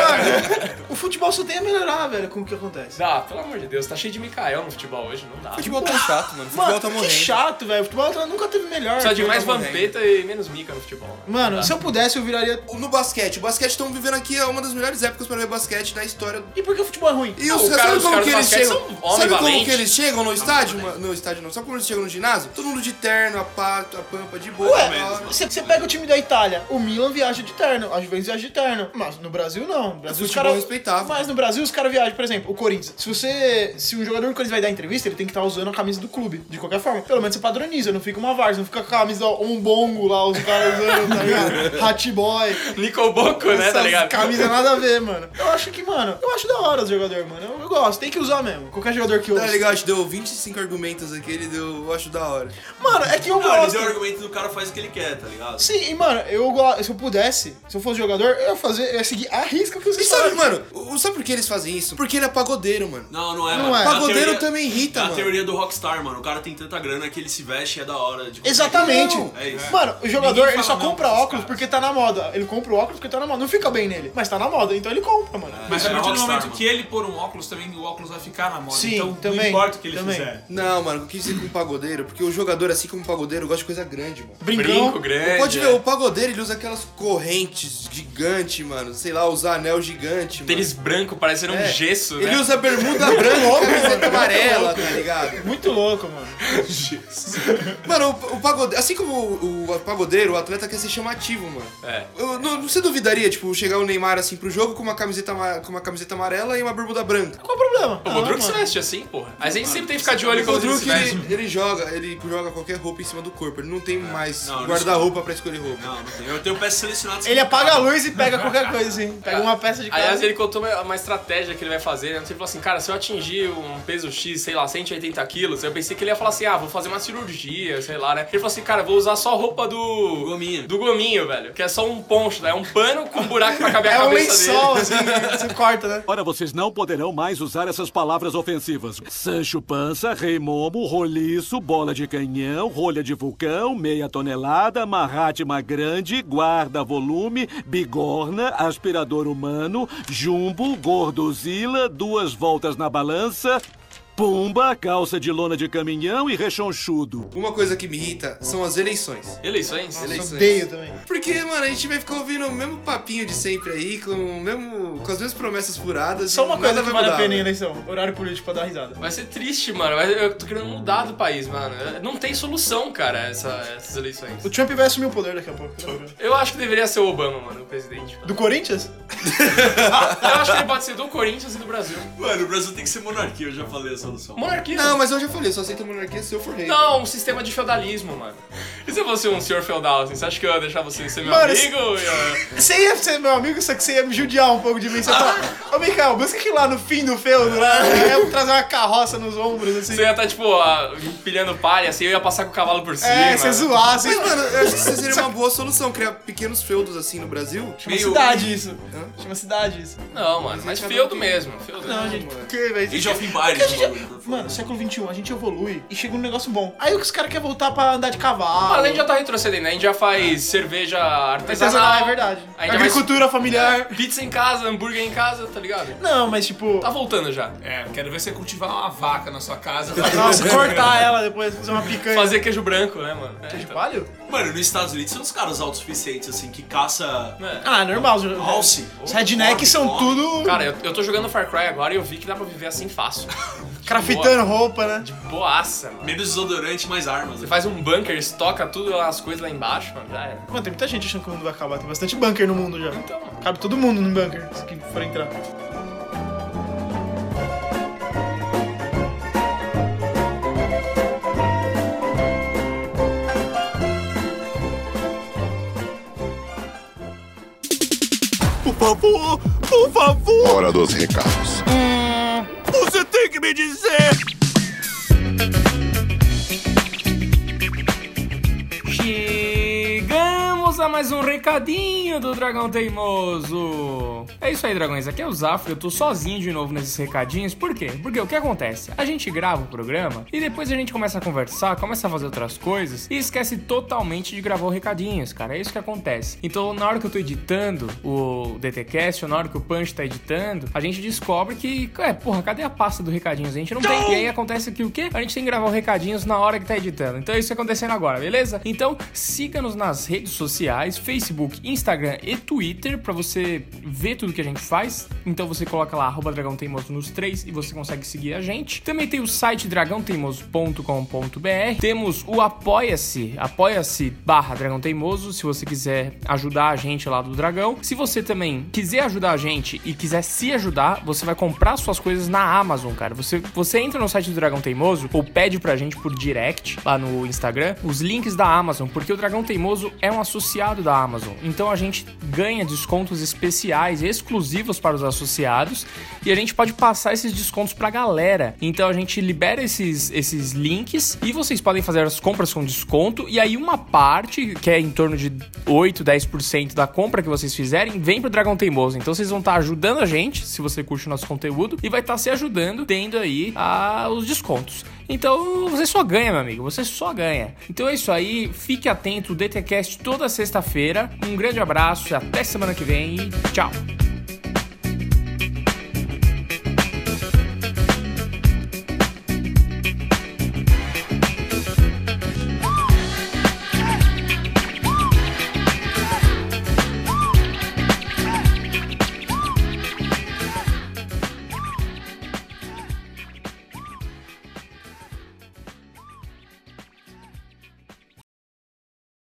S5: Mano, o futebol só tem a melhorar, velho, com o que acontece.
S3: Dá, pelo amor de Deus, tá cheio de Mikael no futebol hoje, não dá.
S1: Futebol tá chato, mano. Futebol
S5: Mano,
S1: tá
S5: que
S1: morrendo.
S5: chato, velho. O futebol tá- nunca teve melhor.
S3: Só de
S5: Futebol
S3: mais
S5: tá morrendo.
S3: vampeta Tá. e menos mica no futebol. né? mano.
S5: Mano, se eu pudesse, eu viraria.
S1: No basquete. O basquete estão vivendo aqui é uma das melhores épocas pra ver basquete da história.
S5: E por que o futebol é ruim?
S1: E
S3: Ah,
S1: os,
S3: o cara-
S1: sabe
S3: os
S1: como
S3: caras
S1: que
S3: do
S1: eles
S3: basquete
S1: chegam?
S3: são homem
S1: sabe como
S3: valente.
S1: que eles chegam no estádio? mano? No estádio não. Sabe como eles chegam no ginásio? Todo mundo de terno, a pata, a pampa, de boa. Tá
S5: Ué, você você pega o time da Itália, o Milan viaja de terno, a Juventus viaja de terno. Mas no Brasil não. No Brasil,
S1: É
S5: os
S1: futebol
S5: cara...
S1: respeitável.
S5: Mas no Brasil os caras viajam, por exemplo, o Corinthians. Se você. Se um jogador do Corinthians vai dar entrevista, ele tem que estar usando a camisa do clube. De qualquer forma. Pelo menos você padroniza, não fica uma várzea, não fica com a camisa do Ombongo lá, os caras usando, tá ligado? Hatiboy.
S3: Nicoboco, né, tá
S5: Essas
S3: ligado?
S5: Camisa nada a ver, mano. Eu acho que, mano, eu acho da hora os jogadores, mano. Eu, eu gosto, tem que usar mesmo. Qualquer jogador que usa.
S1: Tá legal, a gente deu 25 argumentos aqui, ele deu, eu acho da hora.
S5: Mano, é que eu
S2: Não, ele deu o
S5: gosto.
S2: argumento do cara faz o que ele quer, tá ligado?
S5: Sim, e, mano, eu gosto. Se eu pudesse, se eu fosse jogador, eu ia fazer, eu ia seguir a risca que
S1: E
S5: vocês
S1: sabe,
S5: falaram.
S1: mano, o- sabe por que eles fazem isso? Porque ele é pagodeiro, mano.
S2: Não, não é,
S5: Não
S2: mano.
S5: é.
S2: Na
S1: Pagodeiro
S2: teoria-
S1: também irrita,
S2: na
S1: mano.
S2: teoria do Rockstar, mano. O cara tem tanta grana que ele se veste e é da hora. de qualquer
S5: Exatamente.
S1: Não,
S2: é isso.
S5: Mano, o jogador
S4: Ninguém
S5: ele só
S4: fala não
S5: compra
S4: pra esses
S5: óculos
S4: caras.
S5: porque tá na moda. Ele compra o óculos porque tá na moda. Não fica bem nele, mas tá na moda, então ele compra, mano.
S4: Mas
S2: É,
S4: a partir do
S2: rockstar,
S4: momento
S2: mano.
S4: que ele pôr um óculos, também o óculos vai ficar na moda.
S5: Sim,
S4: então não
S5: também,
S4: importa o que ele
S5: também.
S4: fizer.
S1: Não, mano, eu quis dizer com pagodeiro, porque o jogador, assim como o pagodeiro, gosta de coisa grande, mano.
S5: Brincão.
S3: Brinco grande.
S1: Pode ver,
S3: é.
S1: o pagodeiro ele usa aquelas correntes gigante, mano. Sei lá, usa anel gigante, mano.
S3: Tênis branco parecendo um
S1: É.
S3: gesso,
S1: Ele
S3: né?
S1: usa bermuda branca, camiseta amarela, tá ligado?
S5: Muito louco, mano.
S1: Mano, o, o pagodeiro, assim como o, o pagodeiro, o atleta quer ser chamativo, mano.
S3: É.
S1: Eu, não, você duvidaria, tipo, chegar o Neymar assim pro jogo com uma camiseta, ama- com uma camiseta amarela e uma bermuda branca?
S5: Qual o problema?
S3: O
S5: Ah,
S3: Modruk se
S5: mano.
S3: veste assim, porra. Mas a gente sempre tem que ficar de olho
S1: O
S3: quando ele se
S1: Modric,
S3: veste.
S1: ele, ele joga, ele joga qualquer roupa em cima do corpo. Ele não
S5: É.
S1: tem mais
S2: Não, não
S1: guarda-roupa pra escolher roupa.
S2: Não, não tem. Eu tenho peças selecionadas.
S5: Ele apaga a luz e pega qualquer coisa, assim. Pega uma peça de
S3: Aliás,
S5: casa.
S3: ele contou uma, uma estratégia que ele vai fazer, né? Ele falou assim, cara, se eu atingir um peso X, sei lá, 180 quilos, eu pensei que ele ia falar assim, ah, vou fazer uma cirurgia, sei lá, né? Ele falou assim, cara, vou usar só a roupa do...
S2: Gominho.
S3: Do gominho, velho. Que é só um poncho, né? É um pano com um buraco pra caber a
S5: É um
S3: cabeça dele.
S5: lençol, assim, que você corta, né?
S9: Agora vocês não poderão mais usar essas palavras ofensivas. Sancho Pança, Rei Momo, Roliço, Bola de Canhão, Rolha de Vulcão, Meia Tonelada, Mahatma Grande, Guarda Volume, Bigorna, Aspirador Humano, Jumbo, Gordozila, Duas Voltas na Balança. Pumba, calça de lona de caminhão e rechonchudo.
S1: Uma coisa que me irrita são as eleições.
S3: Eleições?
S1: É
S5: Odeio também.
S1: Porque, mano, a gente vai ficar ouvindo o mesmo papinho de sempre aí, com, o mesmo, com as mesmas promessas furadas.
S5: Só uma coisa
S1: nada
S5: que
S1: vai
S5: vale a
S1: mudar, né?
S5: pena em
S1: velho.
S5: eleição. Horário político pra dar risada.
S3: Vai ser triste, mano. Vai- Eu tô querendo mudar do país, mano. Não tem solução, cara, essa- essas eleições.
S5: O Trump vai assumir o poder daqui a pouco.
S3: Eu acho que deveria ser o Obama, mano, o presidente.
S5: Do Corinthians?
S3: Eu acho que ele pode ser do Corinthians e do Brasil.
S2: Mano, o Brasil tem que ser monarquia, eu já falei a solução.
S3: Monarquia.
S1: Não, mas eu já falei, eu só aceito a monarquia se eu for rei.
S3: Não, um sistema de feudalismo, mano. E se eu fosse um senhor feudal, assim, você acha que eu ia deixar você ser meu
S5: Mano,
S3: amigo? Eu-
S5: Você ia ser meu amigo, só que você ia me judiar um pouco de mim. Você fala, ô Mikael, busca que lá no fim do feudo, lá, né? eu ia trazer uma carroça nos ombros, assim.
S3: Você ia estar, tipo, ah, empilhando palha, assim, eu ia passar com o cavalo por cima.
S5: é, você zoar, assim.
S1: Mas, mano, eu acho que isso seria uma boa solução, criar pequenos feudos assim no Brasil.
S5: Chama cidade isso. Chama cidade isso.
S3: Não, mano, mas
S4: um
S3: feudo mesmo. Feudo
S5: Não, gente, por que, velho?
S2: Age of Empires, mano.
S5: Mano, século XXI, a gente evolui e chega um negócio bom. Aí o que os caras querem voltar pra andar de cavalo.
S3: Além de já tá retrocedendo, a gente já faz cerveja
S5: Artesanal,
S3: artesanal.
S5: é verdade.
S3: A gente já faz
S5: Agricultura familiar.
S3: pizza em casa, hambúrguer em casa, tá ligado?
S5: Não, mas tipo.
S3: Tá voltando já.
S4: É, quero ver você cultivar uma vaca na sua casa.
S5: Nossa, cortar ela depois, fazer uma picanha.
S3: Fazer queijo branco, né, mano? É,
S5: de
S3: então.
S5: palho?
S2: Mano, nos Estados Unidos são os caras autossuficientes, assim, que caça
S5: Ah, normal. Os
S2: alce.
S5: os redneck são tudo
S3: É. Cara, eu, eu tô jogando Far Cry agora e eu vi que dá pra viver assim fácil.
S5: crafitando roupa, né?
S3: Boaça, mano.
S2: Menos desodorante, mais armas. né?
S3: Você faz um bunker, estoca tudo as coisas lá embaixo, mano, já era.
S5: Mano, tem muita gente achando que o mundo vai acabar. Tem bastante bunker no mundo já.
S3: Então, mano.
S5: Cabe todo mundo no bunker, se que for entrar.
S9: Por favor, por favor,
S10: Hora dos recados.
S9: você tem que me dizer.
S3: Chegamos a mais um recadinho do Dragão Teimoso. É isso aí, dragões. Aqui é o Zafra. Eu tô sozinho de novo nesses recadinhos. Por quê? Porque o que acontece? A gente grava o programa e depois a gente começa a conversar, começa a fazer outras coisas e esquece totalmente de gravar os recadinhos, cara. É isso que acontece. Então, na hora que eu tô editando o DTCast, ou na hora que o Punch tá editando, a gente descobre que, é, porra, cadê a pasta do recadinhos? A gente não tem. E aí acontece que o quê? A gente tem que gravar os recadinhos na hora que tá editando. Então é isso que tá acontecendo agora, beleza? Então siga-nos nas redes sociais, Facebook, Instagram e Twitter, pra você ver tudo que a gente faz. Então você coloca lá, arroba Dragão Teimoso nos três e você consegue seguir a gente. Também tem o site dragãoteimoso.com.br. Temos o Apoia-se, apoia-se barra Dragão Teimoso, se você quiser ajudar a gente lá do Dragão. Se você também quiser ajudar a gente e quiser se ajudar, você vai comprar suas coisas na Amazon, cara. Você, você entra no site do Dragão Teimoso ou pede pra gente por direct lá no Instagram os links da Amazon, porque o Dragão Teimoso é um associado da Amazon. Então a gente ganha descontos especiais, exclusivos para os associados, e a gente pode passar esses descontos pra galera. Então a gente libera esses, esses links e vocês podem fazer as compras com desconto, e aí uma parte, que é em torno de 8, 10% da compra que vocês fizerem, vem pro Dragão Teimoso. Então vocês vão estar ajudando a gente, se você curte o nosso conteúdo, e vai estar se ajudando tendo aí ah, os descontos. Então você só ganha, meu amigo, você só ganha. Então é isso aí, fique atento, DTCast toda sexta-feira. Um grande abraço, e até semana que vem e tchau!